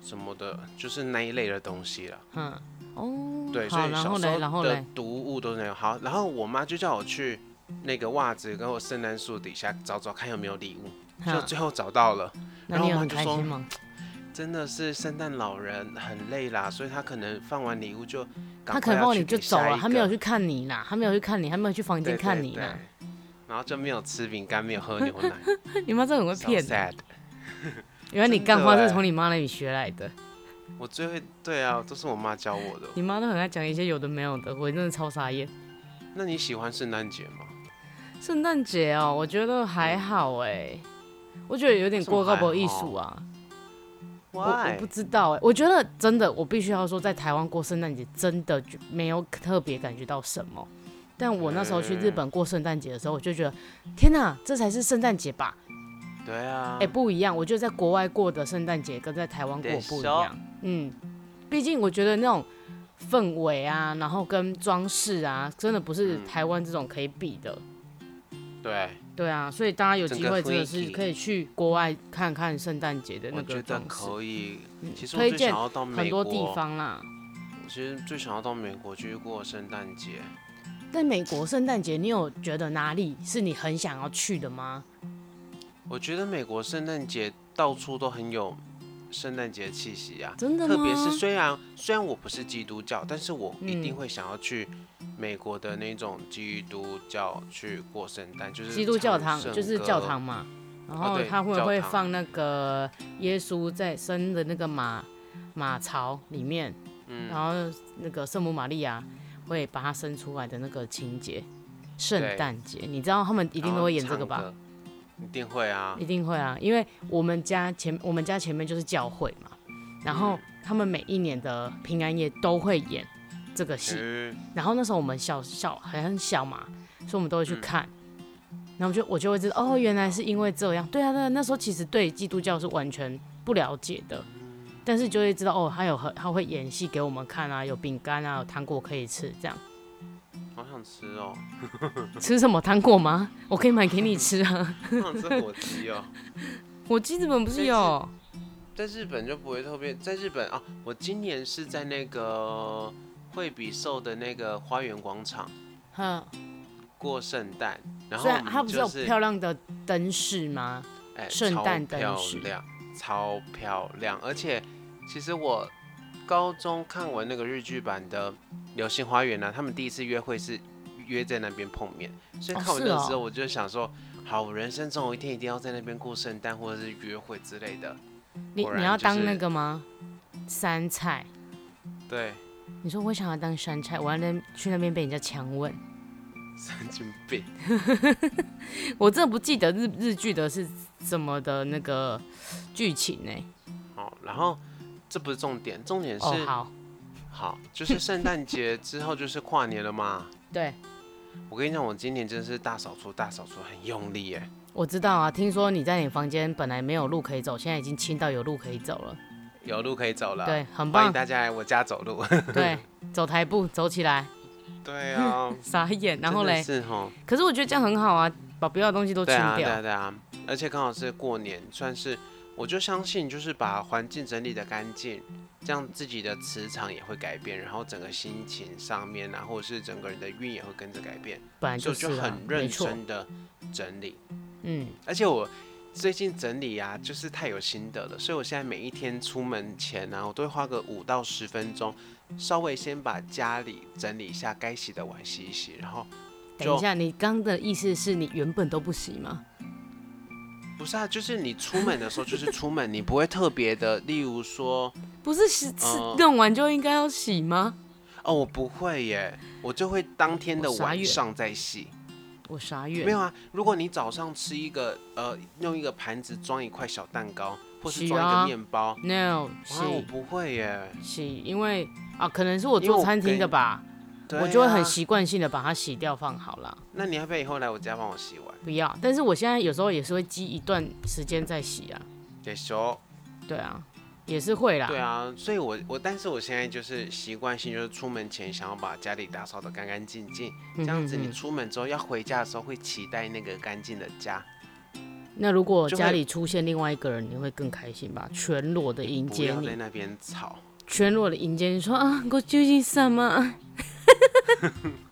[SPEAKER 1] 什么的，就是那一类的东西了。
[SPEAKER 2] 嗯，哦，
[SPEAKER 1] 对，所
[SPEAKER 2] 好，
[SPEAKER 1] 以
[SPEAKER 2] 然
[SPEAKER 1] 小
[SPEAKER 2] 后
[SPEAKER 1] 时
[SPEAKER 2] 嘞，然
[SPEAKER 1] 候
[SPEAKER 2] 后
[SPEAKER 1] 的
[SPEAKER 2] 嘞，
[SPEAKER 1] 读物都是那样。好，然后我妈就叫我去那个袜子跟我圣诞树底下找找看有没有礼物，就
[SPEAKER 2] 哼
[SPEAKER 1] 最后找到了。
[SPEAKER 2] 那
[SPEAKER 1] 然后
[SPEAKER 2] 你有
[SPEAKER 1] 我
[SPEAKER 2] 很
[SPEAKER 1] 就
[SPEAKER 2] 开
[SPEAKER 1] 说
[SPEAKER 2] 心吗？
[SPEAKER 1] 真的是圣诞老人很累啦，所以他可能放完礼物就
[SPEAKER 2] 他
[SPEAKER 1] 赶
[SPEAKER 2] 可
[SPEAKER 1] 快
[SPEAKER 2] 能
[SPEAKER 1] 要
[SPEAKER 2] 放
[SPEAKER 1] 去
[SPEAKER 2] 你就
[SPEAKER 1] 给
[SPEAKER 2] 走
[SPEAKER 1] 下一
[SPEAKER 2] 了，
[SPEAKER 1] 个
[SPEAKER 2] 他没有去看你啦，他没有去看你，他没有去房间
[SPEAKER 1] 对
[SPEAKER 2] 看
[SPEAKER 1] 对
[SPEAKER 2] 你
[SPEAKER 1] 对
[SPEAKER 2] 啦。
[SPEAKER 1] 然后就没有吃饼干，没有喝牛奶
[SPEAKER 2] 你妈真的很会
[SPEAKER 1] ，so
[SPEAKER 2] 骗人，
[SPEAKER 1] sad。
[SPEAKER 2] 原来你
[SPEAKER 1] 真
[SPEAKER 2] 干
[SPEAKER 1] 的
[SPEAKER 2] 话是
[SPEAKER 1] 欸
[SPEAKER 2] 从你妈那里学来的。
[SPEAKER 1] 我最会对啊，都是我妈教我的。
[SPEAKER 2] 你妈都很爱讲一些有的没有的，我真的超傻眼。
[SPEAKER 1] 那你喜欢圣诞节吗？
[SPEAKER 2] 圣诞节哦，我觉得还好哎、我觉得有点过高博艺术啊，我我不知道哎、我觉得真的，我必须要说，在台湾过圣诞节真的就没有特别感觉到什么。但我那时候
[SPEAKER 1] 嗯
[SPEAKER 2] 去日本过圣诞节的时候，我就觉得，天哪，这才是圣诞节吧？
[SPEAKER 1] 对啊
[SPEAKER 2] 哎、，不一样。我觉得在国外过的圣诞节跟在台湾过不一
[SPEAKER 1] 对哦
[SPEAKER 2] 样。嗯，毕竟我觉得那种氛围啊，然后跟装饰啊，真的不是
[SPEAKER 1] 嗯
[SPEAKER 2] 台湾这种可以比的。
[SPEAKER 1] 对，
[SPEAKER 2] 对啊，所以大家有
[SPEAKER 1] 整
[SPEAKER 2] 机
[SPEAKER 1] 个
[SPEAKER 2] 会真的
[SPEAKER 1] 雰
[SPEAKER 2] 是
[SPEAKER 1] 囲
[SPEAKER 2] 可
[SPEAKER 1] 気
[SPEAKER 2] 以去国外看看圣诞节的那
[SPEAKER 1] 我
[SPEAKER 2] 个
[SPEAKER 1] 觉得
[SPEAKER 2] 装饰，
[SPEAKER 1] 可以。其实我
[SPEAKER 2] 嗯推
[SPEAKER 1] 最
[SPEAKER 2] 荐
[SPEAKER 1] 想要到美
[SPEAKER 2] 很多
[SPEAKER 1] 国，
[SPEAKER 2] 地方啦。
[SPEAKER 1] 我其实最想要到美国去过圣诞节。
[SPEAKER 2] 在美国圣诞节，你有觉得哪里是你很想要去的吗？
[SPEAKER 1] 我觉得美国圣诞节到处都很有圣诞节气息啊，
[SPEAKER 2] 真的吗？
[SPEAKER 1] 特别是虽然虽然我不是基督教，但是我一定
[SPEAKER 2] 嗯
[SPEAKER 1] 会想要去美国的那种基督教去过圣诞，就是
[SPEAKER 2] 基督教
[SPEAKER 1] 唱
[SPEAKER 2] 堂
[SPEAKER 1] 圣
[SPEAKER 2] 就是
[SPEAKER 1] 歌
[SPEAKER 2] 教堂。嘛，然后
[SPEAKER 1] 嗯啊对
[SPEAKER 2] 他会
[SPEAKER 1] 教
[SPEAKER 2] 会
[SPEAKER 1] 堂
[SPEAKER 2] 放那个耶稣在生的那个马马槽里面，
[SPEAKER 1] 嗯
[SPEAKER 2] 然后那个圣母玛利亚会把它生出来的那个情节，圣
[SPEAKER 1] 对
[SPEAKER 2] 诞节，你知道他们一定都会演这个吧？
[SPEAKER 1] 然后唱歌？一定会啊
[SPEAKER 2] 一，定会啊，因为我们家前我们家前面就是教会嘛，然
[SPEAKER 1] 嗯
[SPEAKER 2] 后他们每一年的平安夜都会演这个戏，
[SPEAKER 1] 嗯
[SPEAKER 2] 然后那时候我们小小还很小嘛，所以我们都会
[SPEAKER 1] 嗯
[SPEAKER 2] 去看，然后就我就会知道哦，原来是因为这样，对啊，对啊，那时候其实对基督教是完全不了解的，但是就会知道哦，他有很他会演戏给我们看啊，有饼干啊，有糖果可以吃，这样
[SPEAKER 1] 好想吃哦，
[SPEAKER 2] 吃什么糖果吗？我可以买给你吃啊，
[SPEAKER 1] 好想吃火鸡哦。
[SPEAKER 2] 我记日本不是
[SPEAKER 1] 那
[SPEAKER 2] 有
[SPEAKER 1] 在日本就不会特别，在日本啊，我今年是在那个惠比寿的那个花园广场
[SPEAKER 2] 哼。
[SPEAKER 1] 过圣诞，然后
[SPEAKER 2] 虽
[SPEAKER 1] 我
[SPEAKER 2] 然它
[SPEAKER 1] 们
[SPEAKER 2] 不是有
[SPEAKER 1] 就是
[SPEAKER 2] 漂亮的灯饰吗？
[SPEAKER 1] 哎，
[SPEAKER 2] 圣
[SPEAKER 1] 超
[SPEAKER 2] 诞灯
[SPEAKER 1] 漂
[SPEAKER 2] 饰
[SPEAKER 1] 亮，超漂亮。而且，其实我高中看完那个日剧版的《流星花园》呢，啊他们第一次约会是约在那边碰面，所以
[SPEAKER 2] 哦
[SPEAKER 1] 看完
[SPEAKER 2] 是
[SPEAKER 1] 那个时
[SPEAKER 2] 哦
[SPEAKER 1] 候，我就想说，好，我人生总有一天一定要在那边过圣诞或者是约会之类的。
[SPEAKER 2] 你
[SPEAKER 1] 果然
[SPEAKER 2] 你要
[SPEAKER 1] 就
[SPEAKER 2] 当那
[SPEAKER 1] 是
[SPEAKER 2] 个吗？山菜？
[SPEAKER 1] 对，
[SPEAKER 2] 你说我想要当山菜，我要那去那边被人家强吻。
[SPEAKER 1] 神经病。
[SPEAKER 2] 我真的不记得日日剧的是怎么的那个剧情呢、
[SPEAKER 1] 好，然后这不是重点，重点是、
[SPEAKER 2] 哦，好，
[SPEAKER 1] 好，就是圣诞节之后就是跨年了嘛。
[SPEAKER 2] 对，
[SPEAKER 1] 我跟你讲，我今年真的是大扫除，大扫除很用力耶。
[SPEAKER 2] 我知道啊。听说你在你房间本来没有路可以走，现在已经清到有路可以走了。
[SPEAKER 1] 有路可以走了，
[SPEAKER 2] 对，很
[SPEAKER 1] 啊欢迎
[SPEAKER 2] 棒。
[SPEAKER 1] 大家来我家走路。
[SPEAKER 2] 对，走台步，走起来，
[SPEAKER 1] 对啊，
[SPEAKER 2] 傻眼。 然后
[SPEAKER 1] 真的
[SPEAKER 2] 嘞，
[SPEAKER 1] 是哈，
[SPEAKER 2] 可是我觉得这样很好啊，把不要的东西都清
[SPEAKER 1] 对啊，对
[SPEAKER 2] 掉。
[SPEAKER 1] 啊，对啊，而且刚好是过年，算是我就相信，就是把环境整理的干净，这样自己的磁场也会改变，然后整个心情上面啊，或者是整个人的运也会跟着改变，
[SPEAKER 2] 本来
[SPEAKER 1] 所以我
[SPEAKER 2] 是
[SPEAKER 1] 就
[SPEAKER 2] 啊，
[SPEAKER 1] 很
[SPEAKER 2] 没
[SPEAKER 1] 认
[SPEAKER 2] 错。
[SPEAKER 1] 真的整理，
[SPEAKER 2] 嗯，
[SPEAKER 1] 而且我。最近整理啊，就是太有心得了，所以我现在每一天出门前呢、啊，我都会花个五到十分钟，稍微先把家里整理一下，该洗的碗洗一洗，然后
[SPEAKER 2] 等一
[SPEAKER 1] 就
[SPEAKER 2] 下，你刚的意思是你原本都不洗吗？
[SPEAKER 1] 不是啊，就是你出门的时候就是出门，你不会特别的，例如说，
[SPEAKER 2] 不是洗是
[SPEAKER 1] 哦
[SPEAKER 2] 弄完就应该要洗吗？
[SPEAKER 1] 哦，我不会耶，我就会当天的
[SPEAKER 2] 我傻
[SPEAKER 1] 晚
[SPEAKER 2] 眼
[SPEAKER 1] 上再洗。
[SPEAKER 2] 我傻眼。
[SPEAKER 1] 没有啊，如果你早上吃一个呃，用一个盘子装一块小蛋糕，或是
[SPEAKER 2] 是
[SPEAKER 1] 装一
[SPEAKER 2] 啊
[SPEAKER 1] 个面包，哇，
[SPEAKER 2] No，
[SPEAKER 1] 哦我
[SPEAKER 2] 是
[SPEAKER 1] 不会耶。
[SPEAKER 2] 是因为啊，可能是我
[SPEAKER 1] 因为
[SPEAKER 2] 做
[SPEAKER 1] 我
[SPEAKER 2] 餐厅的
[SPEAKER 1] 跟
[SPEAKER 2] 吧，
[SPEAKER 1] 对
[SPEAKER 2] 我就会很
[SPEAKER 1] 啊
[SPEAKER 2] 习惯性的把它洗掉放好了，
[SPEAKER 1] 那你要不要以后来我家帮我洗碗？
[SPEAKER 2] 不要。但是我现在有时候也是会积一段时间再洗啊，
[SPEAKER 1] 给修。
[SPEAKER 2] 对啊，也是会啦。
[SPEAKER 1] 对啊，所以我我，但是我现在就是习惯性，就是出门前想要把家里打扫的干干净净，这
[SPEAKER 2] 嗯
[SPEAKER 1] 样子
[SPEAKER 2] 嗯
[SPEAKER 1] 你
[SPEAKER 2] 嗯
[SPEAKER 1] 出门之后要回家的时候会期待那个干净的家，
[SPEAKER 2] 那如果
[SPEAKER 1] 就会
[SPEAKER 2] 家里出现另外一个人，你会更开心吧？全裸的迎
[SPEAKER 1] 不
[SPEAKER 2] 接
[SPEAKER 1] 要在
[SPEAKER 2] 你，
[SPEAKER 1] 那边吵，
[SPEAKER 2] 全裸的迎接你说啊，我究竟什么？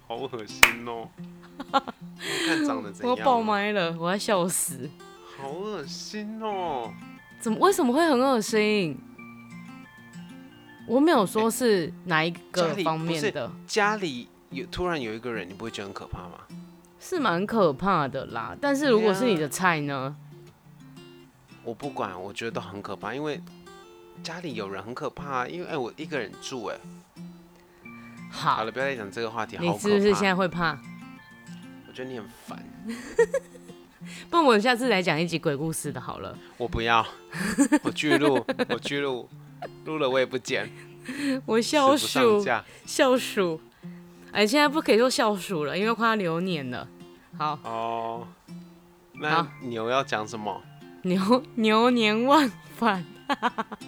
[SPEAKER 1] 好恶心哦！你 看长 得怎
[SPEAKER 2] 我
[SPEAKER 1] 样
[SPEAKER 2] 要
[SPEAKER 1] 啊？
[SPEAKER 2] 爆麦了，我要笑死！
[SPEAKER 1] 好恶心哦！
[SPEAKER 2] 怎么为什么会很恶心？我没有说是哪一
[SPEAKER 1] 哎家
[SPEAKER 2] 个
[SPEAKER 1] 里
[SPEAKER 2] 方
[SPEAKER 1] 不
[SPEAKER 2] 面
[SPEAKER 1] 是
[SPEAKER 2] 的，
[SPEAKER 1] 家里有突然有一个人，你不会觉得很可怕吗？
[SPEAKER 2] 是蛮可怕的啦。但是如果是你
[SPEAKER 1] 啊
[SPEAKER 2] 的菜呢？
[SPEAKER 1] 我不管，我觉得都很可怕，因为家里有人很可怕、啊，因为哎、我一个人住哎、好
[SPEAKER 2] 好，
[SPEAKER 1] 了，不要再讲这个话题，好
[SPEAKER 2] 啊你
[SPEAKER 1] 可怕。
[SPEAKER 2] 是不是现在会怕？
[SPEAKER 1] 我觉得你很烦，
[SPEAKER 2] 不然我们下次来讲一集鬼故事的 好了。
[SPEAKER 1] 我不要，我拒 录，我拒录，录了我也不剪，
[SPEAKER 2] 我
[SPEAKER 1] 死不
[SPEAKER 2] 笑
[SPEAKER 1] 上
[SPEAKER 2] 鼠，
[SPEAKER 1] 架。
[SPEAKER 2] 笑鼠，哎，现在不可以说笑鼠了，因为快要流年了。好，
[SPEAKER 1] 哦，
[SPEAKER 2] 好
[SPEAKER 1] 那牛要讲什么？
[SPEAKER 2] 牛牛年忘返，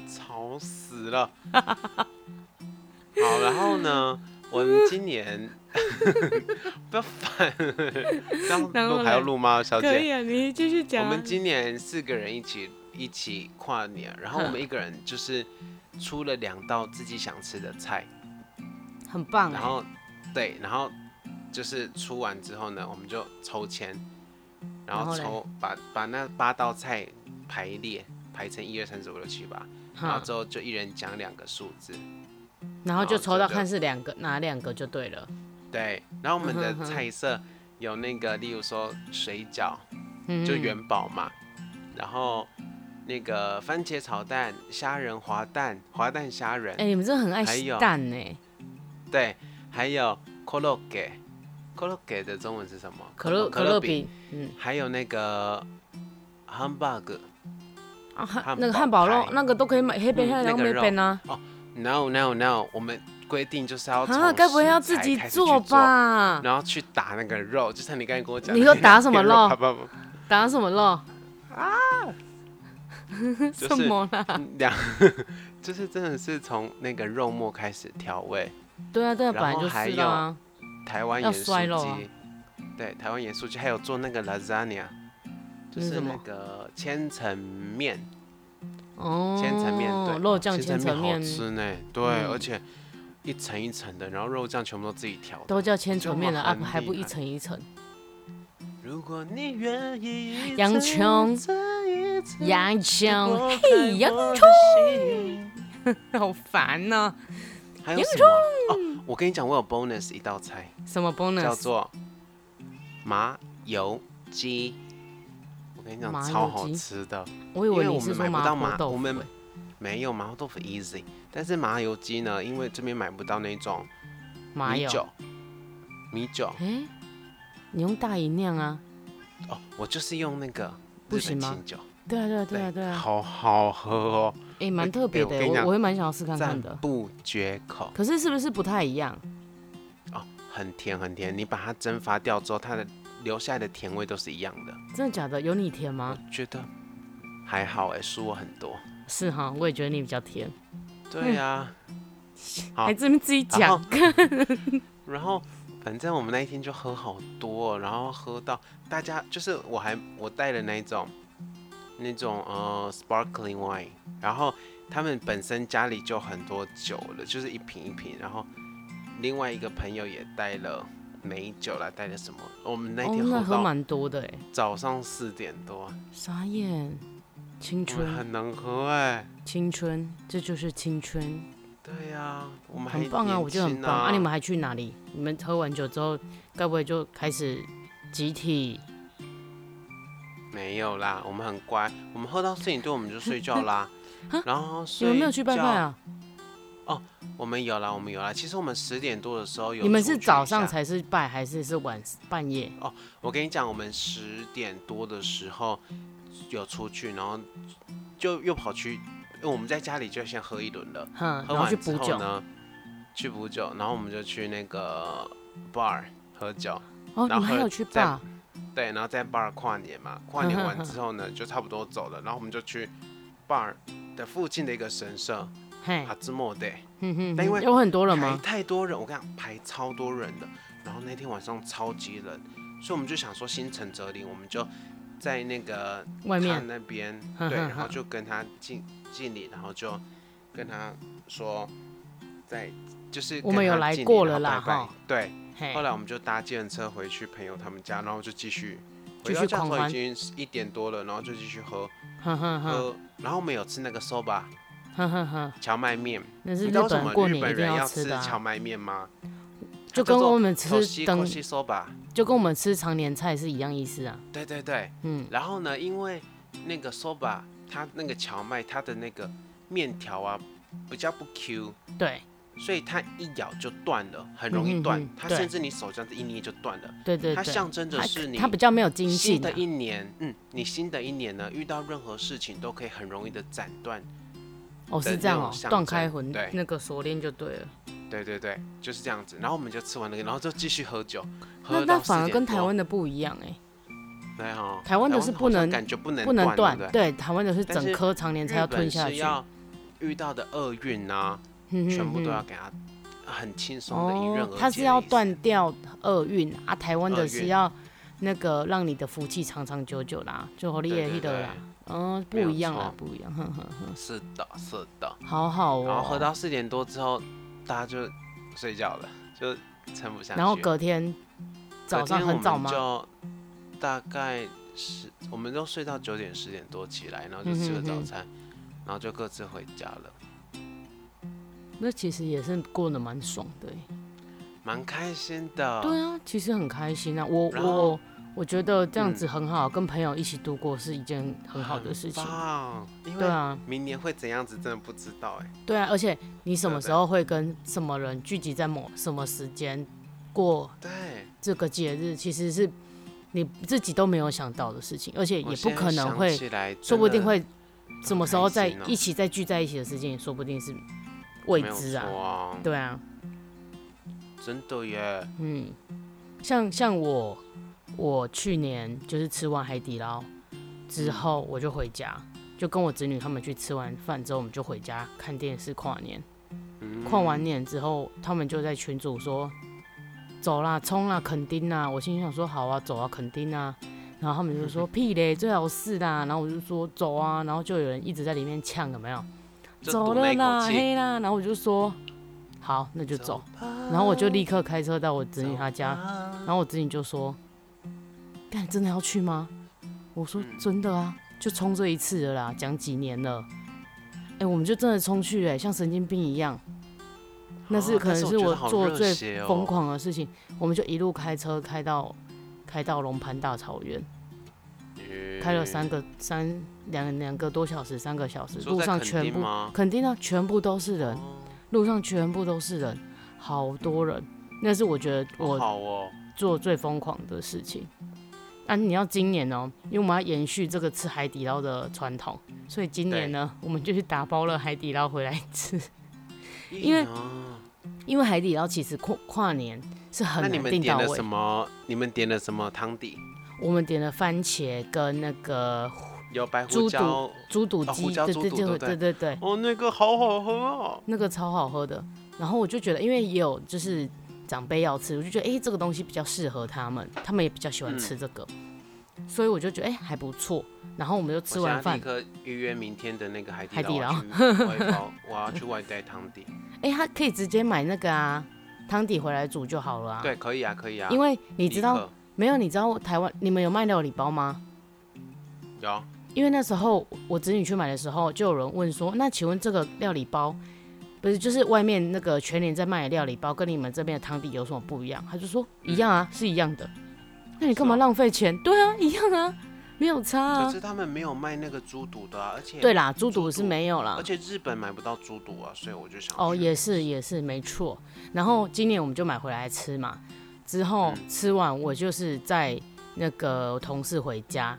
[SPEAKER 1] 吵死了。 好，然后呢，我们今年不要烦，这样
[SPEAKER 2] 然后
[SPEAKER 1] 录还要
[SPEAKER 2] 嘞
[SPEAKER 1] 录吗，小
[SPEAKER 2] 可
[SPEAKER 1] 姐？
[SPEAKER 2] 以啊，你继续
[SPEAKER 1] 我
[SPEAKER 2] 讲啊。
[SPEAKER 1] 们今年四个人一起一起跨年，然后我们
[SPEAKER 2] 嗯
[SPEAKER 1] 一个人就是出了两道自己想吃的菜，
[SPEAKER 2] 很棒
[SPEAKER 1] 然
[SPEAKER 2] 哎，
[SPEAKER 1] 后对，然后就是出完之后呢，我们就抽签，然
[SPEAKER 2] 然
[SPEAKER 1] 后
[SPEAKER 2] 后嘞
[SPEAKER 1] 抽把把那八道菜排列排成一二三四五六七八，
[SPEAKER 2] 嗯
[SPEAKER 1] 然后
[SPEAKER 2] 好，
[SPEAKER 1] 之后就一人讲两个数字，
[SPEAKER 2] 然后就抽
[SPEAKER 1] 然
[SPEAKER 2] 到
[SPEAKER 1] 后这个
[SPEAKER 2] 看是两个哪两个就对了。
[SPEAKER 1] 对，然后我们
[SPEAKER 2] 嗯哼
[SPEAKER 1] 的
[SPEAKER 2] 哼
[SPEAKER 1] 菜色有那个，例如说水饺
[SPEAKER 2] 嗯，
[SPEAKER 1] 就元宝嘛，然后那个番茄炒蛋、虾仁滑蛋、滑蛋虾仁，
[SPEAKER 2] 哎，你们真的很爱
[SPEAKER 1] 还有
[SPEAKER 2] 蛋哎，
[SPEAKER 1] 对，还有 k o l o g e k o l o g e 的中文是什么？
[SPEAKER 2] 可乐可乐，饼，嗯
[SPEAKER 1] 还有那个 hamburg。
[SPEAKER 2] 啊，汉
[SPEAKER 1] 汉
[SPEAKER 2] 那个
[SPEAKER 1] 堡
[SPEAKER 2] 汉堡肉
[SPEAKER 1] 排
[SPEAKER 2] 那个都可以买，黑边
[SPEAKER 1] 嗯
[SPEAKER 2] 黑
[SPEAKER 1] 那
[SPEAKER 2] 两
[SPEAKER 1] 个
[SPEAKER 2] 没
[SPEAKER 1] 肉
[SPEAKER 2] 边啊。
[SPEAKER 1] No no no，我们规定就是要
[SPEAKER 2] 啊，
[SPEAKER 1] 从
[SPEAKER 2] 该不会要
[SPEAKER 1] 食
[SPEAKER 2] 自
[SPEAKER 1] 材
[SPEAKER 2] 己
[SPEAKER 1] 开始去
[SPEAKER 2] 做？吧？
[SPEAKER 1] 然后去打那个肉，就像你刚才跟我讲，
[SPEAKER 2] 你说打什么肉
[SPEAKER 1] 爸爸妈
[SPEAKER 2] 打什么肉？
[SPEAKER 1] 啊 就是
[SPEAKER 2] 什么啦？
[SPEAKER 1] 嗯 两就是真的是从那个肉末开始调味，
[SPEAKER 2] 对啊，对啊，本
[SPEAKER 1] 然
[SPEAKER 2] 来
[SPEAKER 1] 后
[SPEAKER 2] 就
[SPEAKER 1] 还
[SPEAKER 2] 是啦。
[SPEAKER 1] 台湾
[SPEAKER 2] 要
[SPEAKER 1] 盐
[SPEAKER 2] 衰肉
[SPEAKER 1] 酥
[SPEAKER 2] 啊
[SPEAKER 1] 鸡，对，台湾盐酥鸡，还有做那个 lasagna，就
[SPEAKER 2] 那是
[SPEAKER 1] 是
[SPEAKER 2] 什么
[SPEAKER 1] 那个千层面，
[SPEAKER 2] 哦，
[SPEAKER 1] 千层面对，
[SPEAKER 2] 肉
[SPEAKER 1] 哦
[SPEAKER 2] 酱千
[SPEAKER 1] 千
[SPEAKER 2] 层
[SPEAKER 1] 面
[SPEAKER 2] 面
[SPEAKER 1] 好吃呢，对，
[SPEAKER 2] 嗯
[SPEAKER 1] 而且一层一层的，然后肉酱全部都自己调的。
[SPEAKER 2] 都叫千层面了啊，
[SPEAKER 1] 这么
[SPEAKER 2] 还不
[SPEAKER 1] 厉
[SPEAKER 2] 一
[SPEAKER 1] 害
[SPEAKER 2] 层一层？
[SPEAKER 1] 如果你愿意一
[SPEAKER 2] 洋
[SPEAKER 1] 层
[SPEAKER 2] 葱
[SPEAKER 1] 一层一层
[SPEAKER 2] 洋
[SPEAKER 1] 地
[SPEAKER 2] 葱，
[SPEAKER 1] 拨开
[SPEAKER 2] 嘿，洋
[SPEAKER 1] 我的心
[SPEAKER 2] 好烦哦呢。
[SPEAKER 1] 还有什么？哦，我跟你讲，我有 bonus 一道菜，
[SPEAKER 2] 什么
[SPEAKER 1] 叫
[SPEAKER 2] bonus？
[SPEAKER 1] 做麻油鸡。我跟你讲，
[SPEAKER 2] 麻
[SPEAKER 1] 超
[SPEAKER 2] 油
[SPEAKER 1] 好
[SPEAKER 2] 鸡
[SPEAKER 1] 吃的。
[SPEAKER 2] 我以
[SPEAKER 1] 因为
[SPEAKER 2] 为你
[SPEAKER 1] 我
[SPEAKER 2] 是
[SPEAKER 1] 们
[SPEAKER 2] 说
[SPEAKER 1] 买不
[SPEAKER 2] 麻
[SPEAKER 1] 到
[SPEAKER 2] 婆
[SPEAKER 1] 麻，
[SPEAKER 2] 豆
[SPEAKER 1] 我
[SPEAKER 2] 腐
[SPEAKER 1] 们
[SPEAKER 2] 欸。
[SPEAKER 1] 没有麻油豆腐 easy，但是麻油鸡呢，因为这边买不到那种
[SPEAKER 2] 麻
[SPEAKER 1] 米
[SPEAKER 2] 油。
[SPEAKER 1] 酒，米酒
[SPEAKER 2] 哎，你用大姨酿啊？
[SPEAKER 1] 哦，我就是用那个
[SPEAKER 2] 不
[SPEAKER 1] 日
[SPEAKER 2] 行
[SPEAKER 1] 本
[SPEAKER 2] 吗
[SPEAKER 1] 清酒，
[SPEAKER 2] 对啊，对啊，对啊，对啊。
[SPEAKER 1] 好好喝哦，
[SPEAKER 2] 哎，蛮特别的
[SPEAKER 1] 我
[SPEAKER 2] 欸，
[SPEAKER 1] 跟你
[SPEAKER 2] 我
[SPEAKER 1] 讲
[SPEAKER 2] 我会蛮想要试看看
[SPEAKER 1] 赞
[SPEAKER 2] 的。
[SPEAKER 1] 不绝口。
[SPEAKER 2] 可是是不是不太一样？
[SPEAKER 1] 哦，很甜很甜，你把它蒸发掉之后，它的留下来的甜味都是一样的。
[SPEAKER 2] 真的假的？有你甜吗？
[SPEAKER 1] 我觉得还好哎、输我很多。
[SPEAKER 2] 是哈，我也觉得你比较甜。
[SPEAKER 1] 对啊呀、
[SPEAKER 2] 嗯
[SPEAKER 1] 好
[SPEAKER 2] 还这边自己
[SPEAKER 1] 然
[SPEAKER 2] 讲
[SPEAKER 1] 后， 然后反正我们那一天就喝好多哦、然后喝到大家就是我还我带了那一种那种呃 sparkling wine，然后他们本身家里就很多酒了，就是一瓶一瓶，然后另外一个朋友也带了美酒啦，带了什么？我们那
[SPEAKER 2] 哦，
[SPEAKER 1] 天
[SPEAKER 2] 那喝
[SPEAKER 1] 喝到
[SPEAKER 2] 蛮多的哎，
[SPEAKER 1] 早上四点多，
[SPEAKER 2] 傻眼，青
[SPEAKER 1] 我们
[SPEAKER 2] 春，
[SPEAKER 1] 很能喝哎、
[SPEAKER 2] 青春，这就是青春，
[SPEAKER 1] 对呀、我们还
[SPEAKER 2] 很棒啊，
[SPEAKER 1] 年
[SPEAKER 2] 我觉得很
[SPEAKER 1] 轻
[SPEAKER 2] 棒
[SPEAKER 1] 啊
[SPEAKER 2] 啊！你们还去哪里？你们喝完酒之后，该不会就开始集体？
[SPEAKER 1] 没有啦，我们很 乖，我们喝到四点多我们就睡觉啦
[SPEAKER 2] 啊。
[SPEAKER 1] 然后睡
[SPEAKER 2] 你们没有去拜拜
[SPEAKER 1] 觉？
[SPEAKER 2] 啊？
[SPEAKER 1] 我们有啦，我们有啦。其实我们十点多的时候有。
[SPEAKER 2] 你们是早上
[SPEAKER 1] 才？
[SPEAKER 2] 才是拜，还是是晚半夜？
[SPEAKER 1] 我跟你讲，我们十点多的时候有出去，然后就又跑去，因为我们在家里就先喝一轮了，
[SPEAKER 2] 哼，
[SPEAKER 1] 喝
[SPEAKER 2] 然后去
[SPEAKER 1] 完之
[SPEAKER 2] 补
[SPEAKER 1] 后
[SPEAKER 2] 酒。
[SPEAKER 1] 呢，去补酒，然后我们就去那个 bar 喝酒，
[SPEAKER 2] 哦，
[SPEAKER 1] 然
[SPEAKER 2] 你
[SPEAKER 1] 后
[SPEAKER 2] 还有去
[SPEAKER 1] 在
[SPEAKER 2] 吧？
[SPEAKER 1] 对，然后在 bar 跨年嘛，跨年完之后呢，就差不多走了，然后我们就去 bar 的附近的一个神社
[SPEAKER 2] 嘿
[SPEAKER 1] 哈，兹莫对，
[SPEAKER 2] 嗯哼
[SPEAKER 1] 啊但因为
[SPEAKER 2] 哼，有很多人
[SPEAKER 1] 排
[SPEAKER 2] 哎吗？
[SPEAKER 1] 太多人，我跟你讲，排超多人的。然后那天晚上超级冷，所以我们就想说心诚则灵，我们就在那个
[SPEAKER 2] 外
[SPEAKER 1] 他
[SPEAKER 2] 面嗯
[SPEAKER 1] 那边
[SPEAKER 2] 哼
[SPEAKER 1] 对，
[SPEAKER 2] 哼
[SPEAKER 1] 然后
[SPEAKER 2] 哼
[SPEAKER 1] 就跟他敬敬礼，然后就跟他说在就是
[SPEAKER 2] 我们有来过了
[SPEAKER 1] 哈
[SPEAKER 2] 啦哈。哎
[SPEAKER 1] 对，
[SPEAKER 2] 嘿
[SPEAKER 1] 后，来我们就搭计程车回去朋友他们家，然后就继续。
[SPEAKER 2] 继
[SPEAKER 1] 回到
[SPEAKER 2] 续
[SPEAKER 1] 家的时
[SPEAKER 2] 狂
[SPEAKER 1] 候
[SPEAKER 2] 欢嗯
[SPEAKER 1] 已经一点多了，然后就继续喝
[SPEAKER 2] 哼哼哼
[SPEAKER 1] 喝，然后我们有吃那个 soba
[SPEAKER 2] 哼哼哼，
[SPEAKER 1] 荞麦面，
[SPEAKER 2] 那
[SPEAKER 1] 你
[SPEAKER 2] 是
[SPEAKER 1] 知
[SPEAKER 2] 日
[SPEAKER 1] 道为什
[SPEAKER 2] 本
[SPEAKER 1] 么
[SPEAKER 2] 过
[SPEAKER 1] 日
[SPEAKER 2] 年
[SPEAKER 1] 本
[SPEAKER 2] 一定
[SPEAKER 1] 人要
[SPEAKER 2] 吃
[SPEAKER 1] 吃
[SPEAKER 2] 的
[SPEAKER 1] 荞
[SPEAKER 2] 啊，
[SPEAKER 1] 麦面吗？
[SPEAKER 2] 就
[SPEAKER 1] 叫
[SPEAKER 2] 跟
[SPEAKER 1] 做
[SPEAKER 2] 我们
[SPEAKER 1] 寿
[SPEAKER 2] 吃
[SPEAKER 1] 西
[SPEAKER 2] 灯
[SPEAKER 1] 寿，西说吧，
[SPEAKER 2] 就跟我们吃常年菜是一样意思啊。
[SPEAKER 1] 对对对，
[SPEAKER 2] 嗯，
[SPEAKER 1] 然后呢，因为那个 soba 它那个荞麦它的那个面条啊比较不 Q，
[SPEAKER 2] 对
[SPEAKER 1] 所以它一咬就断了，很容易
[SPEAKER 2] 嗯哼
[SPEAKER 1] 断。
[SPEAKER 2] 哼
[SPEAKER 1] 它
[SPEAKER 2] 对
[SPEAKER 1] 甚至你手这样子一捏就断了。
[SPEAKER 2] 对对
[SPEAKER 1] 它
[SPEAKER 2] 对，
[SPEAKER 1] 象征着是你
[SPEAKER 2] 它比较没有精
[SPEAKER 1] 新
[SPEAKER 2] 细
[SPEAKER 1] 的一年，嗯，你新的一年呢，遇到任何事情都可以很容易的斩断。
[SPEAKER 2] 哦，
[SPEAKER 1] 的
[SPEAKER 2] 是这样
[SPEAKER 1] 那
[SPEAKER 2] 哦
[SPEAKER 1] 种，象
[SPEAKER 2] 断
[SPEAKER 1] 征
[SPEAKER 2] 开魂
[SPEAKER 1] 对
[SPEAKER 2] 那个锁链就对了。
[SPEAKER 1] 对对对，就是这样子。然后我们就吃完那个，然后就继续喝酒，
[SPEAKER 2] 那
[SPEAKER 1] 喝
[SPEAKER 2] 那
[SPEAKER 1] 到四
[SPEAKER 2] 反而
[SPEAKER 1] 点
[SPEAKER 2] 跟台
[SPEAKER 1] 多
[SPEAKER 2] 湾的不一样哎、
[SPEAKER 1] 对哦
[SPEAKER 2] 台湾的是
[SPEAKER 1] 好
[SPEAKER 2] 不
[SPEAKER 1] 像
[SPEAKER 2] 能
[SPEAKER 1] 感觉不能
[SPEAKER 2] 不能
[SPEAKER 1] 断，
[SPEAKER 2] 断
[SPEAKER 1] 对不，对
[SPEAKER 2] 对，台湾的是
[SPEAKER 1] 但是
[SPEAKER 2] 整颗常年才要
[SPEAKER 1] 日本
[SPEAKER 2] 吞下
[SPEAKER 1] 是
[SPEAKER 2] 去，
[SPEAKER 1] 要遇到的厄运啊，
[SPEAKER 2] 嗯哼
[SPEAKER 1] 全部都
[SPEAKER 2] 哼
[SPEAKER 1] 要给他很轻松的迎刃而解的意
[SPEAKER 2] 哦
[SPEAKER 1] 思。，
[SPEAKER 2] 它是要断掉厄运啊，台湾
[SPEAKER 1] 厄
[SPEAKER 2] 的
[SPEAKER 1] 运
[SPEAKER 2] 是要那个让你的福气长长久久啦，就好
[SPEAKER 1] 对
[SPEAKER 2] 利
[SPEAKER 1] 对
[SPEAKER 2] 益
[SPEAKER 1] 对
[SPEAKER 2] 的啦，嗯，
[SPEAKER 1] 没
[SPEAKER 2] 不
[SPEAKER 1] 有
[SPEAKER 2] 一样啦
[SPEAKER 1] 错，
[SPEAKER 2] 不一样，哼哼哼，
[SPEAKER 1] 是的，是的。
[SPEAKER 2] 好好
[SPEAKER 1] 然后喝
[SPEAKER 2] 哦。
[SPEAKER 1] 到四点多之后，大家就睡觉了，就撑不下去。
[SPEAKER 2] 然后隔天早上很早
[SPEAKER 1] 隔
[SPEAKER 2] 吗？
[SPEAKER 1] 天我们就大概十，我们都睡到九点十点多起来，然后就吃个
[SPEAKER 2] 嗯哼
[SPEAKER 1] 早
[SPEAKER 2] 哼
[SPEAKER 1] 餐，然后就各自回家了，
[SPEAKER 2] 那其实也是过得蛮爽的欸、
[SPEAKER 1] 蛮开心的。
[SPEAKER 2] 对啊，其实很开心啊。我
[SPEAKER 1] 然后嗯
[SPEAKER 2] 我我觉得这样子很好，跟朋友一起度过是一件很好的事情。
[SPEAKER 1] 很棒因
[SPEAKER 2] 对
[SPEAKER 1] 为
[SPEAKER 2] 啊，
[SPEAKER 1] 明年会怎样子真的不知道哎、
[SPEAKER 2] 对啊，而且你什
[SPEAKER 1] 对
[SPEAKER 2] 么
[SPEAKER 1] 对
[SPEAKER 2] 时候会跟什么人聚集在某什么时间过
[SPEAKER 1] 对，
[SPEAKER 2] 这个节日，其实是你自己都没有想到的事情，而且
[SPEAKER 1] 我
[SPEAKER 2] 也不
[SPEAKER 1] 现在
[SPEAKER 2] 可能
[SPEAKER 1] 想
[SPEAKER 2] 会，
[SPEAKER 1] 起来
[SPEAKER 2] 说不
[SPEAKER 1] 真
[SPEAKER 2] 定
[SPEAKER 1] 的
[SPEAKER 2] 会什么时候再
[SPEAKER 1] 开心哦
[SPEAKER 2] 一起再聚在一起的事情，也说不定是未
[SPEAKER 1] 没有
[SPEAKER 2] 知啊。
[SPEAKER 1] 错啊
[SPEAKER 2] 对啊，
[SPEAKER 1] 真的耶，
[SPEAKER 2] 嗯，像像我，我去年就是吃完海底捞之后，我就回家，就跟我侄女他们去吃完饭之后，我们就回家看电视跨年。跨完年之后，他们就在群组说：“走啦，冲啦，垦丁啦！”我心里想说：“好啊，走啊，垦丁啊！”然后他们就说：“屁嘞，最好是啦。”然后我就说：“走啊！”然后就有人一直在里面呛，有没有？
[SPEAKER 1] 就
[SPEAKER 2] 走
[SPEAKER 1] 赌那
[SPEAKER 2] 了
[SPEAKER 1] 一口
[SPEAKER 2] 啦，
[SPEAKER 1] 气
[SPEAKER 2] 黑啦。然后我就说：“好，那就走。”然后我就立刻开车到我侄女她家，然后我侄女就说：“干，真的要去吗？”我说：“
[SPEAKER 1] 嗯
[SPEAKER 2] 真的啊，就冲这一次了啦，讲几年了。”哎、我们就真的冲去哎、像神经病一样。那是
[SPEAKER 1] 啊
[SPEAKER 2] 可能
[SPEAKER 1] 但是
[SPEAKER 2] 是
[SPEAKER 1] 我觉
[SPEAKER 2] 我
[SPEAKER 1] 得好
[SPEAKER 2] 做
[SPEAKER 1] 热
[SPEAKER 2] 最
[SPEAKER 1] 血哦
[SPEAKER 2] 疯狂的事情，我们就一路开车开到开到龙盘大草原，开了三个三两两个多小时，三个小时，
[SPEAKER 1] 说
[SPEAKER 2] 路
[SPEAKER 1] 在
[SPEAKER 2] 上
[SPEAKER 1] 垦
[SPEAKER 2] 全
[SPEAKER 1] 丁
[SPEAKER 2] 部
[SPEAKER 1] 吗
[SPEAKER 2] 肯定啊，全部都是人，
[SPEAKER 1] 哦
[SPEAKER 2] 路上全部都是人，好多人，那是我觉得
[SPEAKER 1] 好
[SPEAKER 2] 我
[SPEAKER 1] 好哦，
[SPEAKER 2] 做最疯狂的事情。啊，你要今年哦、因为我们要延续这个吃海底捞的传统，所以今年呢，我们就去打包了海底捞回来吃。 因为
[SPEAKER 1] 咦啊
[SPEAKER 2] 因为海底捞其实跨跨年是很
[SPEAKER 1] 那你
[SPEAKER 2] 难
[SPEAKER 1] 们
[SPEAKER 2] 订
[SPEAKER 1] 点
[SPEAKER 2] 到
[SPEAKER 1] 了
[SPEAKER 2] 位
[SPEAKER 1] 什，么？你们点了什么汤底？
[SPEAKER 2] 我们点了番茄跟那个
[SPEAKER 1] 有白
[SPEAKER 2] 猪
[SPEAKER 1] 胡
[SPEAKER 2] 肚
[SPEAKER 1] 椒
[SPEAKER 2] 猪肚
[SPEAKER 1] 哦
[SPEAKER 2] 鸡，
[SPEAKER 1] 胡椒
[SPEAKER 2] 对
[SPEAKER 1] 猪
[SPEAKER 2] 对
[SPEAKER 1] 肚
[SPEAKER 2] 对
[SPEAKER 1] 对不
[SPEAKER 2] 对对对，
[SPEAKER 1] 哦，那个好好喝哦。
[SPEAKER 2] 那个超好喝的。然后我就觉得，因为也有就是长辈要吃，我就觉得哎、诶这个东西比较适合他们，他们也比较喜欢吃这个，所以我就觉得哎、诶还不错。然后我们就吃
[SPEAKER 1] 嗯我想
[SPEAKER 2] 完
[SPEAKER 1] 要
[SPEAKER 2] 饭
[SPEAKER 1] 立，刻预约明天的那个海
[SPEAKER 2] 海底
[SPEAKER 1] 底捞，
[SPEAKER 2] 捞
[SPEAKER 1] 我要去外 包，我要去外带汤底。
[SPEAKER 2] 哎、他可以直接买那个啊汤底回来煮就好了啊。，
[SPEAKER 1] 对，可以啊，可以啊。
[SPEAKER 2] 因为你
[SPEAKER 1] 立
[SPEAKER 2] 知道
[SPEAKER 1] 刻
[SPEAKER 2] 没有？你知道台湾你们有卖料理包吗？
[SPEAKER 1] 有
[SPEAKER 2] 因为那时候我侄女去买的时候，就有人问说：“那请问这个料理包，不是就是外面那个全年在卖的料理包，跟你们这边的汤底有什么不一样？”他就说：“一样啊，是一样的。”那你干嘛
[SPEAKER 1] 嗯是哦
[SPEAKER 2] 浪费钱？对啊，一样啊，没有差
[SPEAKER 1] 可
[SPEAKER 2] 啊。
[SPEAKER 1] 是他们没有卖那个猪肚的、啊，而且
[SPEAKER 2] 对啦，猪
[SPEAKER 1] 猪
[SPEAKER 2] 肚
[SPEAKER 1] 肚
[SPEAKER 2] 是没有啦
[SPEAKER 1] 而。且日本买不到猪肚啊，所以我就想
[SPEAKER 2] 啊哦，
[SPEAKER 1] 去
[SPEAKER 2] 也是也是没错。然后今年我们就买回来吃嘛，之后
[SPEAKER 1] 嗯
[SPEAKER 2] 吃完我就是在那个同事回家，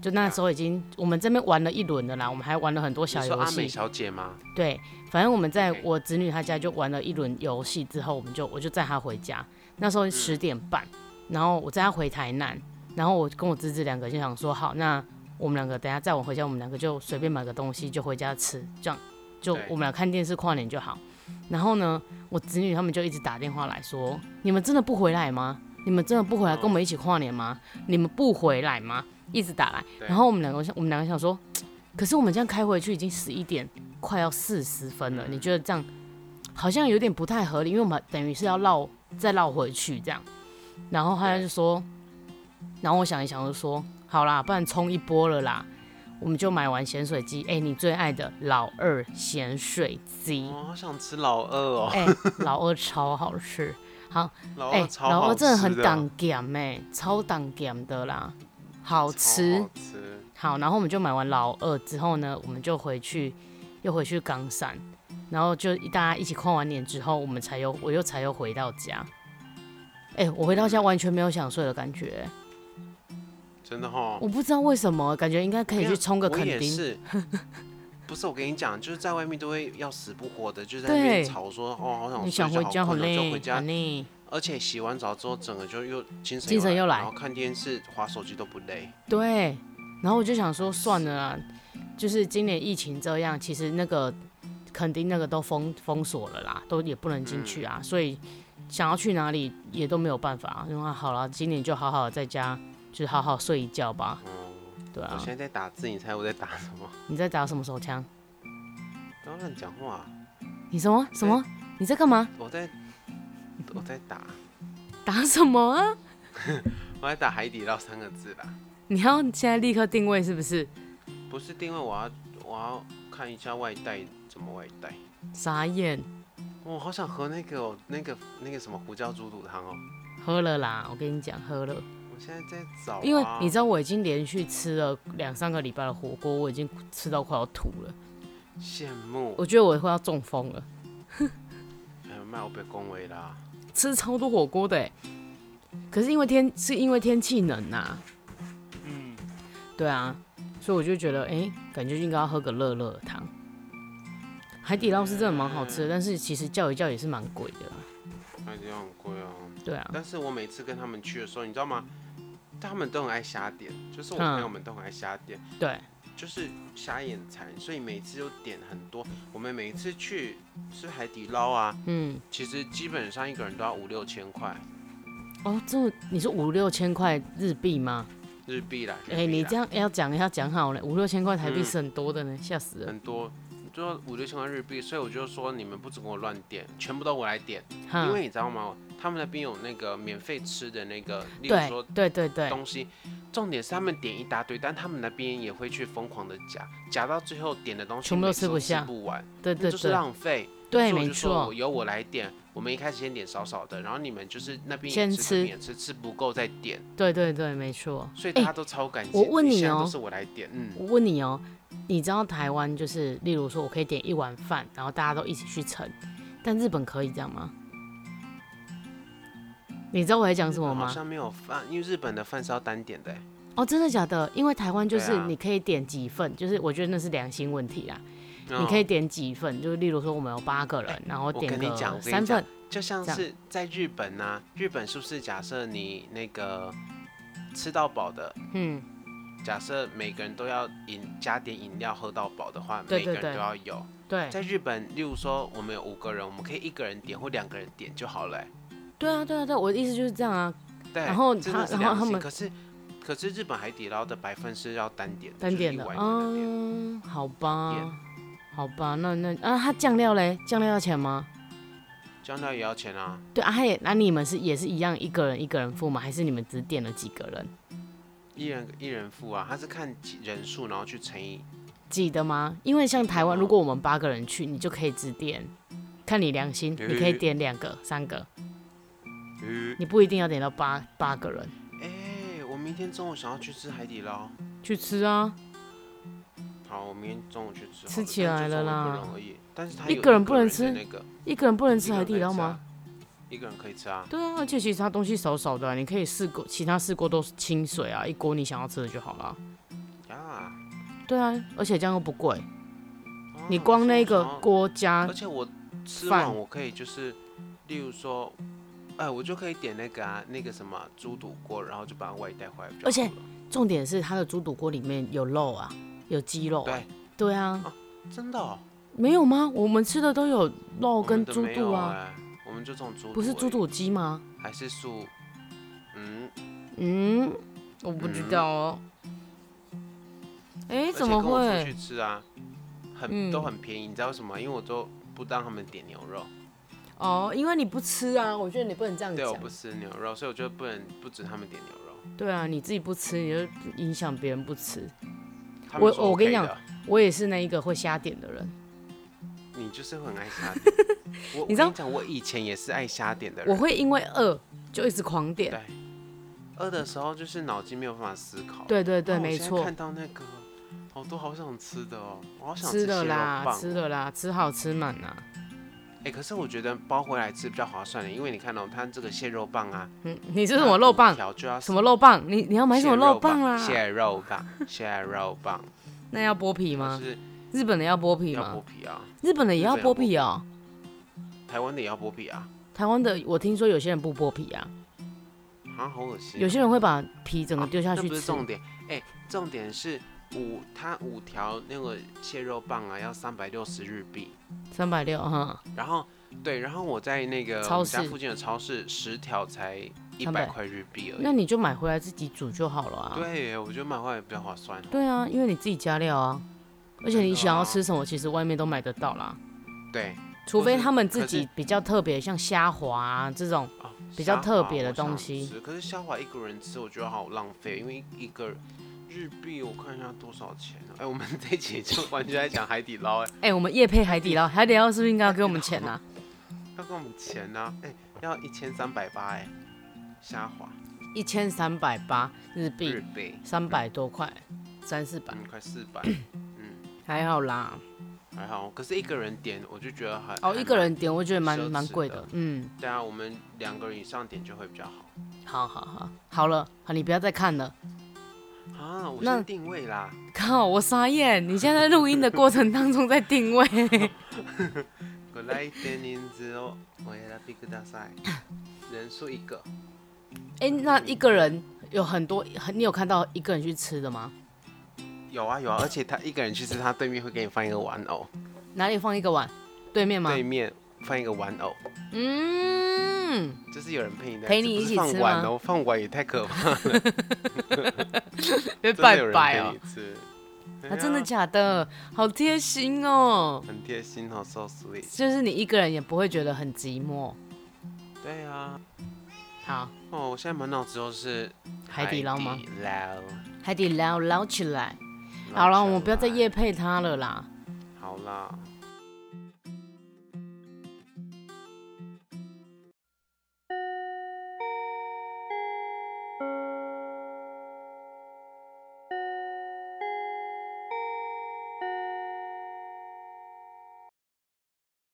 [SPEAKER 2] 就那时候已经我们这边玩了一轮了啦，我们还玩了很多小
[SPEAKER 1] 啊你说
[SPEAKER 2] 游
[SPEAKER 1] 阿美
[SPEAKER 2] 戏。
[SPEAKER 1] 小姐吗？
[SPEAKER 2] 对，反正我们在
[SPEAKER 1] OK
[SPEAKER 2] 我侄女她家就玩了一轮游戏之后，我们就我就载她回家，那
[SPEAKER 1] 嗯
[SPEAKER 2] 时候十点半，然后我载她回台南，然后我跟我侄子两个就想说，好，那我们两个等下载我回家，我们两个就随便买个东西就回家吃，这样就
[SPEAKER 1] 对
[SPEAKER 2] 我们俩看电视跨年就好。然后呢，我侄女他们就一直打电话来说，你们真的不回来吗？你们真的不回来跟我们一起跨年吗？你们不回来吗？一直打来，
[SPEAKER 1] 对
[SPEAKER 2] 然后我们两个想，我们两个想说，可是我们这样开回去已经十一点，快要四十分了，
[SPEAKER 1] 嗯
[SPEAKER 2] 你觉得这样好像有点不太合理，因为我们等于是要绕再绕回去这样。然后他
[SPEAKER 1] 对
[SPEAKER 2] 就说，然后我想一想就说，好啦，不然冲一波了啦，我们就买完咸水鸡，哎、你最爱的老二咸水鸡，
[SPEAKER 1] 嗯我好想吃老二哦，
[SPEAKER 2] 哎、老二超好吃。
[SPEAKER 1] 老
[SPEAKER 2] 哎、
[SPEAKER 1] 二超
[SPEAKER 2] 老
[SPEAKER 1] 好
[SPEAKER 2] 二
[SPEAKER 1] 吃
[SPEAKER 2] 真的很
[SPEAKER 1] 的
[SPEAKER 2] 挡咸哎，超挡咸的啦，好吃
[SPEAKER 1] 超好吃，
[SPEAKER 2] 好，然后我们就买完老二之后呢，我们就回去，又回去冈山，然后就大家一起跨完年之后，我们才又我又才又回到家。哎、我回
[SPEAKER 1] 嗯
[SPEAKER 2] 到家完全没有想睡的感觉、
[SPEAKER 1] 哦真的哈。
[SPEAKER 2] 我不知道为什么，感觉应该可以去冲个
[SPEAKER 1] 我
[SPEAKER 2] 垦
[SPEAKER 1] 也
[SPEAKER 2] 丁。
[SPEAKER 1] 是，不是我跟你讲，就是在外面都会要死不活的，就在那边
[SPEAKER 2] 对
[SPEAKER 1] 吵说哦，好想
[SPEAKER 2] 你
[SPEAKER 1] 睡
[SPEAKER 2] 想回
[SPEAKER 1] 好
[SPEAKER 2] 家好
[SPEAKER 1] 困哦就
[SPEAKER 2] 累
[SPEAKER 1] 回，
[SPEAKER 2] 好
[SPEAKER 1] 家。
[SPEAKER 2] 累。
[SPEAKER 1] 而且洗完澡之后，整个就又精神
[SPEAKER 2] 精神又来
[SPEAKER 1] 然后看电视、划手机都不累。
[SPEAKER 2] 对，然后我就想说算了啦，就是今年疫情这样，其实那个垦丁那个都封封锁了啦，都也不能进去啊，所以想要去哪里也都没有办法、啊。那好了，今年就好好在家，就是好好睡一觉吧。对
[SPEAKER 1] 嗯我
[SPEAKER 2] 啊
[SPEAKER 1] 现，在在打字，你猜我在打什么？
[SPEAKER 2] 你在打什么手枪？
[SPEAKER 1] 不要乱讲话，啊
[SPEAKER 2] 你什么什么？你在干嘛？
[SPEAKER 1] 我在我在打
[SPEAKER 2] 打什么啊？
[SPEAKER 1] 我在打海底捞三个字啦，
[SPEAKER 2] 你要现在立刻定位是不是？
[SPEAKER 1] 不是定位，我要我要看一下外带怎么外带。
[SPEAKER 2] 傻眼，
[SPEAKER 1] 我好想喝那个哦那个那个什么胡椒猪肚汤哦，
[SPEAKER 2] 喝了啦！我跟你讲，喝了。
[SPEAKER 1] 我现在在找啊、
[SPEAKER 2] 因为你知道我已经连续吃了两三个礼拜的火锅，我已经吃到快要吐了，
[SPEAKER 1] 羡慕，
[SPEAKER 2] 我觉得我快要中风了，
[SPEAKER 1] 哎，卖我被恭维啦。
[SPEAKER 2] 吃超多火锅的欸。可是因为天是因为天气冷呐、嗯，对啊，所以我就觉得，哎、感觉应该要喝个热热的汤。海底捞是真的蛮好吃的，但是其实叫一叫也是蛮贵的啦。
[SPEAKER 1] 海底捞很贵哦，
[SPEAKER 2] 对啊，
[SPEAKER 1] 但是我每次跟他们去的时候，你知道吗？他们都很爱瞎点，就是我
[SPEAKER 2] 嗯
[SPEAKER 1] 朋友们都很爱瞎点，
[SPEAKER 2] 对，
[SPEAKER 1] 就是瞎眼馋，所以每次就点很多。我们每一次去吃海底捞啊，
[SPEAKER 2] 嗯，
[SPEAKER 1] 其实基本上一个人都要五六千块
[SPEAKER 2] 哦，这么你是五六千块日币吗？
[SPEAKER 1] 日币啦。
[SPEAKER 2] 哎、
[SPEAKER 1] 日币
[SPEAKER 2] 你
[SPEAKER 1] 啦
[SPEAKER 2] 这样要讲要讲好了，五六千块台币
[SPEAKER 1] 嗯
[SPEAKER 2] 是很多的呢，吓死人。
[SPEAKER 1] 很多，就五六千块日币，所以我就说你们不准给我乱点，全部都我来点，嗯
[SPEAKER 2] 哈
[SPEAKER 1] 因为你知道吗？他们那边有那个免费吃的那个，例如
[SPEAKER 2] 对
[SPEAKER 1] 说
[SPEAKER 2] 对对对，
[SPEAKER 1] 东西。重点是他们点一大堆，但他们那边也会去疯狂的夹，夹到最后点的东西
[SPEAKER 2] 全部都
[SPEAKER 1] 每次
[SPEAKER 2] 吃不下
[SPEAKER 1] 吃不完，
[SPEAKER 2] 对
[SPEAKER 1] 那
[SPEAKER 2] 对
[SPEAKER 1] 就是
[SPEAKER 2] 对，
[SPEAKER 1] 浪费。
[SPEAKER 2] 对，
[SPEAKER 1] 所以我
[SPEAKER 2] 没
[SPEAKER 1] 就说我
[SPEAKER 2] 错，
[SPEAKER 1] 由我来点。我们一开始先点少少的，然后你们就是那边也
[SPEAKER 2] 先
[SPEAKER 1] 吃，这边
[SPEAKER 2] 吃
[SPEAKER 1] 也吃吃不够再点，
[SPEAKER 2] 对对对，没错。
[SPEAKER 1] 所以
[SPEAKER 2] 哎
[SPEAKER 1] 大家都超感谢。
[SPEAKER 2] 我问你
[SPEAKER 1] 现在
[SPEAKER 2] 哦
[SPEAKER 1] 都是我来点，嗯，
[SPEAKER 2] 我问你哦，你知道台湾就是，例如说我可以点一碗饭，然后大家都一起去盛，但日本可以这样吗？你知道我在讲什么
[SPEAKER 1] 好
[SPEAKER 2] 吗？
[SPEAKER 1] 像没有饭，因为日本的饭是要单点的、哎
[SPEAKER 2] 哦，真的假的？因为台湾就
[SPEAKER 1] 对
[SPEAKER 2] 是
[SPEAKER 1] 啊
[SPEAKER 2] 你可以点几份，就是我觉得那是良心问题啦。
[SPEAKER 1] 嗯
[SPEAKER 2] 你可以点几份，就是例如说我们有八个人，然后点
[SPEAKER 1] 哎哦我跟
[SPEAKER 2] 个
[SPEAKER 1] 你讲我跟你
[SPEAKER 2] 三份，
[SPEAKER 1] 就像
[SPEAKER 2] 这样
[SPEAKER 1] 是在日本呐、啊日本是不是假设你那个吃到饱的，
[SPEAKER 2] 嗯，
[SPEAKER 1] 假设每个人都要饮加点饮料喝到饱的话，
[SPEAKER 2] 对对
[SPEAKER 1] 每个
[SPEAKER 2] 对
[SPEAKER 1] 人都要有。
[SPEAKER 2] 对，
[SPEAKER 1] 在日本，例如说我们有五个人，我们可以一个人点或两个人点就好了、欸
[SPEAKER 2] 对啊，对啊，对啊，我的意思就是这样啊，
[SPEAKER 1] 对，
[SPEAKER 2] 然后
[SPEAKER 1] 真
[SPEAKER 2] 他
[SPEAKER 1] 的是
[SPEAKER 2] 然后
[SPEAKER 1] 良
[SPEAKER 2] 他
[SPEAKER 1] 心
[SPEAKER 2] 们
[SPEAKER 1] 可是可是日本海底捞的白饭是要单点的，
[SPEAKER 2] 单
[SPEAKER 1] 就是
[SPEAKER 2] 点
[SPEAKER 1] 一
[SPEAKER 2] 的，
[SPEAKER 1] 碗一碗的点。
[SPEAKER 2] 嗯，好吧
[SPEAKER 1] 点，
[SPEAKER 2] 好吧，那那啊，它酱料嘞，酱料要钱吗？
[SPEAKER 1] 酱料也要钱啊，
[SPEAKER 2] 对啊，它也那你们是也是一样一个人一个人付吗？还是你们只点了几个人？
[SPEAKER 1] 一人一人付啊，他是看几人数然后去乘以
[SPEAKER 2] 记得吗？因为像台湾，
[SPEAKER 1] 嗯
[SPEAKER 2] 如果我们八个人去，你就可以只点，看你良心，
[SPEAKER 1] 诶
[SPEAKER 2] 你可以点两个、三个，
[SPEAKER 1] 鱼。
[SPEAKER 2] 嗯你不一定要点到八八个人。
[SPEAKER 1] 哎、我明天中午想要去吃海底捞，
[SPEAKER 2] 去吃啊，
[SPEAKER 1] 好，我明天中午去吃好了。
[SPEAKER 2] 吃起来了啦
[SPEAKER 1] 但就中午一个人而已，但是他
[SPEAKER 2] 一
[SPEAKER 1] 有
[SPEAKER 2] 个人
[SPEAKER 1] 人
[SPEAKER 2] 不能
[SPEAKER 1] 的
[SPEAKER 2] 吃
[SPEAKER 1] 那个，
[SPEAKER 2] 一个人不能吃
[SPEAKER 1] 一个
[SPEAKER 2] 海
[SPEAKER 1] 人可
[SPEAKER 2] 底
[SPEAKER 1] 以
[SPEAKER 2] 捞
[SPEAKER 1] 吃
[SPEAKER 2] 吗
[SPEAKER 1] 啊？？一个人可以吃啊，
[SPEAKER 2] 对啊，而且其实它东西少少的啊、你可以四锅，其他四锅都是清水啊，一锅你想要吃的就好啦。
[SPEAKER 1] 呀，哦
[SPEAKER 2] 对啊，而且这样又不贵，
[SPEAKER 1] 啊
[SPEAKER 2] 你光那
[SPEAKER 1] 我
[SPEAKER 2] 个
[SPEAKER 1] 想要
[SPEAKER 2] 锅加
[SPEAKER 1] 而且我吃
[SPEAKER 2] 饭
[SPEAKER 1] 完我可以就是，例如说，哎，我就可以点那个啊，那个什么猪肚锅，然后就把外带回来不就好了。
[SPEAKER 2] 而且重点是它的猪肚锅里面有肉啊，有鸡肉、啊。
[SPEAKER 1] 对，
[SPEAKER 2] 对啊，
[SPEAKER 1] 真的哦，
[SPEAKER 2] 没有吗？我们吃的都有肉
[SPEAKER 1] 我
[SPEAKER 2] 哦跟
[SPEAKER 1] 们的
[SPEAKER 2] 猪
[SPEAKER 1] 没
[SPEAKER 2] 肚
[SPEAKER 1] 有
[SPEAKER 2] 啊，
[SPEAKER 1] 哎，我们就这种猪肚而已，
[SPEAKER 2] 不是猪肚鸡吗？
[SPEAKER 1] 还是素，嗯，
[SPEAKER 2] 嗯，我不知道哦。哎、
[SPEAKER 1] 嗯而且
[SPEAKER 2] 怎么
[SPEAKER 1] 跟我出
[SPEAKER 2] 会嗯
[SPEAKER 1] 去？吃啊，很都很便宜，你知道为什么吗？因为我都不让他们点牛肉，
[SPEAKER 2] 哦，因为你不吃啊，我觉得你不能这样
[SPEAKER 1] 对，我
[SPEAKER 2] 讲。
[SPEAKER 1] 不吃牛肉，所以我就不能不准他们点牛肉。
[SPEAKER 2] 对啊，你自己不吃，你就影响别人不吃。
[SPEAKER 1] 他们
[SPEAKER 2] 我
[SPEAKER 1] 说
[SPEAKER 2] 我跟你
[SPEAKER 1] OK
[SPEAKER 2] 讲
[SPEAKER 1] 的，
[SPEAKER 2] 我也是那一个会瞎点的人，
[SPEAKER 1] 你就是会很爱瞎点。 我我
[SPEAKER 2] 你
[SPEAKER 1] 跟
[SPEAKER 2] 知道
[SPEAKER 1] 你讲，我以前也是爱瞎点的人
[SPEAKER 2] 我。会因为饿就一直狂点。
[SPEAKER 1] 对，饿的时候就是脑筋没有办法思考。哦
[SPEAKER 2] 对对对，
[SPEAKER 1] 哇我
[SPEAKER 2] 没
[SPEAKER 1] 现在
[SPEAKER 2] 错
[SPEAKER 1] 看，到那个好多好想吃的哦，我好想
[SPEAKER 2] 吃的
[SPEAKER 1] 蟹肉
[SPEAKER 2] 啦，
[SPEAKER 1] 棒
[SPEAKER 2] 吃
[SPEAKER 1] 哦。
[SPEAKER 2] 的啦，吃好吃满啊。
[SPEAKER 1] 哎、可是我觉得包回来吃比较划算的，因为你看哦到它这个蟹肉棒啊，
[SPEAKER 2] 嗯，你
[SPEAKER 1] 这
[SPEAKER 2] 是什么肉棒？
[SPEAKER 1] 条就要
[SPEAKER 2] 什么肉棒？你你要买什么
[SPEAKER 1] 蟹肉
[SPEAKER 2] 棒啊？
[SPEAKER 1] 蟹肉棒，蟹肉 棒，
[SPEAKER 2] 那要剥皮
[SPEAKER 1] 就
[SPEAKER 2] 吗？
[SPEAKER 1] 是
[SPEAKER 2] 日本的要剥皮
[SPEAKER 1] 要剥
[SPEAKER 2] 吗？
[SPEAKER 1] 皮啊，
[SPEAKER 2] 日本的也
[SPEAKER 1] 日
[SPEAKER 2] 要
[SPEAKER 1] 本要
[SPEAKER 2] 剥
[SPEAKER 1] 剥皮
[SPEAKER 2] 皮哦。
[SPEAKER 1] 台湾的也要剥皮啊，
[SPEAKER 2] 台湾的我听说有些人不剥皮啊，
[SPEAKER 1] 啊，好恶心哦。
[SPEAKER 2] 有些人会把皮整个
[SPEAKER 1] 啊
[SPEAKER 2] 丢下去
[SPEAKER 1] 那不是
[SPEAKER 2] 吃。
[SPEAKER 1] 重点，哎、重点是五，它五条那个蟹肉棒啊，要三百六十日币。
[SPEAKER 2] 三百六哈，
[SPEAKER 1] 然后对，然后我在那个
[SPEAKER 2] 超
[SPEAKER 1] 我们家
[SPEAKER 2] 市
[SPEAKER 1] 附近的超市十条才一百
[SPEAKER 2] 300
[SPEAKER 1] 块日币而
[SPEAKER 2] 那
[SPEAKER 1] 已。
[SPEAKER 2] 你就买回来自己煮就好了啊。
[SPEAKER 1] 对，我觉得买回来比较划算。
[SPEAKER 2] 对啊，因为你自己加料啊，而且
[SPEAKER 1] 真
[SPEAKER 2] 你
[SPEAKER 1] 的
[SPEAKER 2] 想要
[SPEAKER 1] 啊
[SPEAKER 2] 吃什么，其实外面都买得到啦。
[SPEAKER 1] 对，
[SPEAKER 2] 除非
[SPEAKER 1] 或是
[SPEAKER 2] 他们自
[SPEAKER 1] 可是
[SPEAKER 2] 己比较特别，像虾滑、啊、这种，
[SPEAKER 1] 啊，
[SPEAKER 2] 比较
[SPEAKER 1] 虾
[SPEAKER 2] 特
[SPEAKER 1] 滑
[SPEAKER 2] 别的
[SPEAKER 1] 我想
[SPEAKER 2] 东西
[SPEAKER 1] 吃可是虾滑一个人吃，我觉得好浪费，因为一一个日币我看一下多少钱啊、哎、我们这一集就完全在讲海底捞，哎，
[SPEAKER 2] 哎、我们夜配海底捞，海底捞是不是应该要给我们钱啊？
[SPEAKER 1] 要给我们钱呢、哎，要一千三百八，哎，虾滑
[SPEAKER 2] 一千三百八日
[SPEAKER 1] 日
[SPEAKER 2] 币，
[SPEAKER 1] 币，
[SPEAKER 2] 三百多块，三四百，
[SPEAKER 1] 嗯，快四 百，
[SPEAKER 2] 还好啦。
[SPEAKER 1] 还好。可是一个人点，我就觉得还
[SPEAKER 2] 哦，
[SPEAKER 1] 还
[SPEAKER 2] 一个
[SPEAKER 1] 蛮
[SPEAKER 2] 人点我觉得蛮
[SPEAKER 1] 奢侈
[SPEAKER 2] 蛮贵的
[SPEAKER 1] 的，
[SPEAKER 2] 嗯，
[SPEAKER 1] 对啊，我们两个人以上点就会比较好
[SPEAKER 2] 好好好，好了，好，你不要再看了。
[SPEAKER 1] 啊。我
[SPEAKER 2] 那
[SPEAKER 1] 先定位啦，
[SPEAKER 2] 靠，我傻眼！你现在在录音的过程当中在定 位，
[SPEAKER 1] 我来点名字哦，我也来 big 大赛，人数一个，
[SPEAKER 2] 哎、那一个人有很多，很你有看到一个人去吃的吗？
[SPEAKER 1] 有啊
[SPEAKER 2] 嗯
[SPEAKER 1] 有啊，而且他一个人去吃，他对面会给你放一个玩偶，
[SPEAKER 2] 哪里放一个碗？对面吗
[SPEAKER 1] 对？面放一个玩偶，
[SPEAKER 2] 嗯，
[SPEAKER 1] 就是有人陪你在
[SPEAKER 2] 陪你
[SPEAKER 1] 不是
[SPEAKER 2] 一起
[SPEAKER 1] 放
[SPEAKER 2] 吃
[SPEAKER 1] 碗
[SPEAKER 2] 吗
[SPEAKER 1] 哦，放碗也太可 怕了，
[SPEAKER 2] 别
[SPEAKER 1] 真的
[SPEAKER 2] 拜
[SPEAKER 1] 有人
[SPEAKER 2] 拜
[SPEAKER 1] 陪
[SPEAKER 2] 哦、
[SPEAKER 1] 你吃，对
[SPEAKER 2] 啊，真的
[SPEAKER 1] 啊
[SPEAKER 2] 假的？好贴心哦、
[SPEAKER 1] 很贴心哦，so sweet。
[SPEAKER 2] 就是你一个人也不会觉得很寂寞。
[SPEAKER 1] 对啊，
[SPEAKER 2] 好，
[SPEAKER 1] 哦，我现在满脑子都是
[SPEAKER 2] 海底捞
[SPEAKER 1] 海？
[SPEAKER 2] 吗
[SPEAKER 1] 底捞。
[SPEAKER 2] 海底捞捞起来。好了，我们不要再
[SPEAKER 1] 捞起来
[SPEAKER 2] 夜配它了啦。
[SPEAKER 1] 好啦，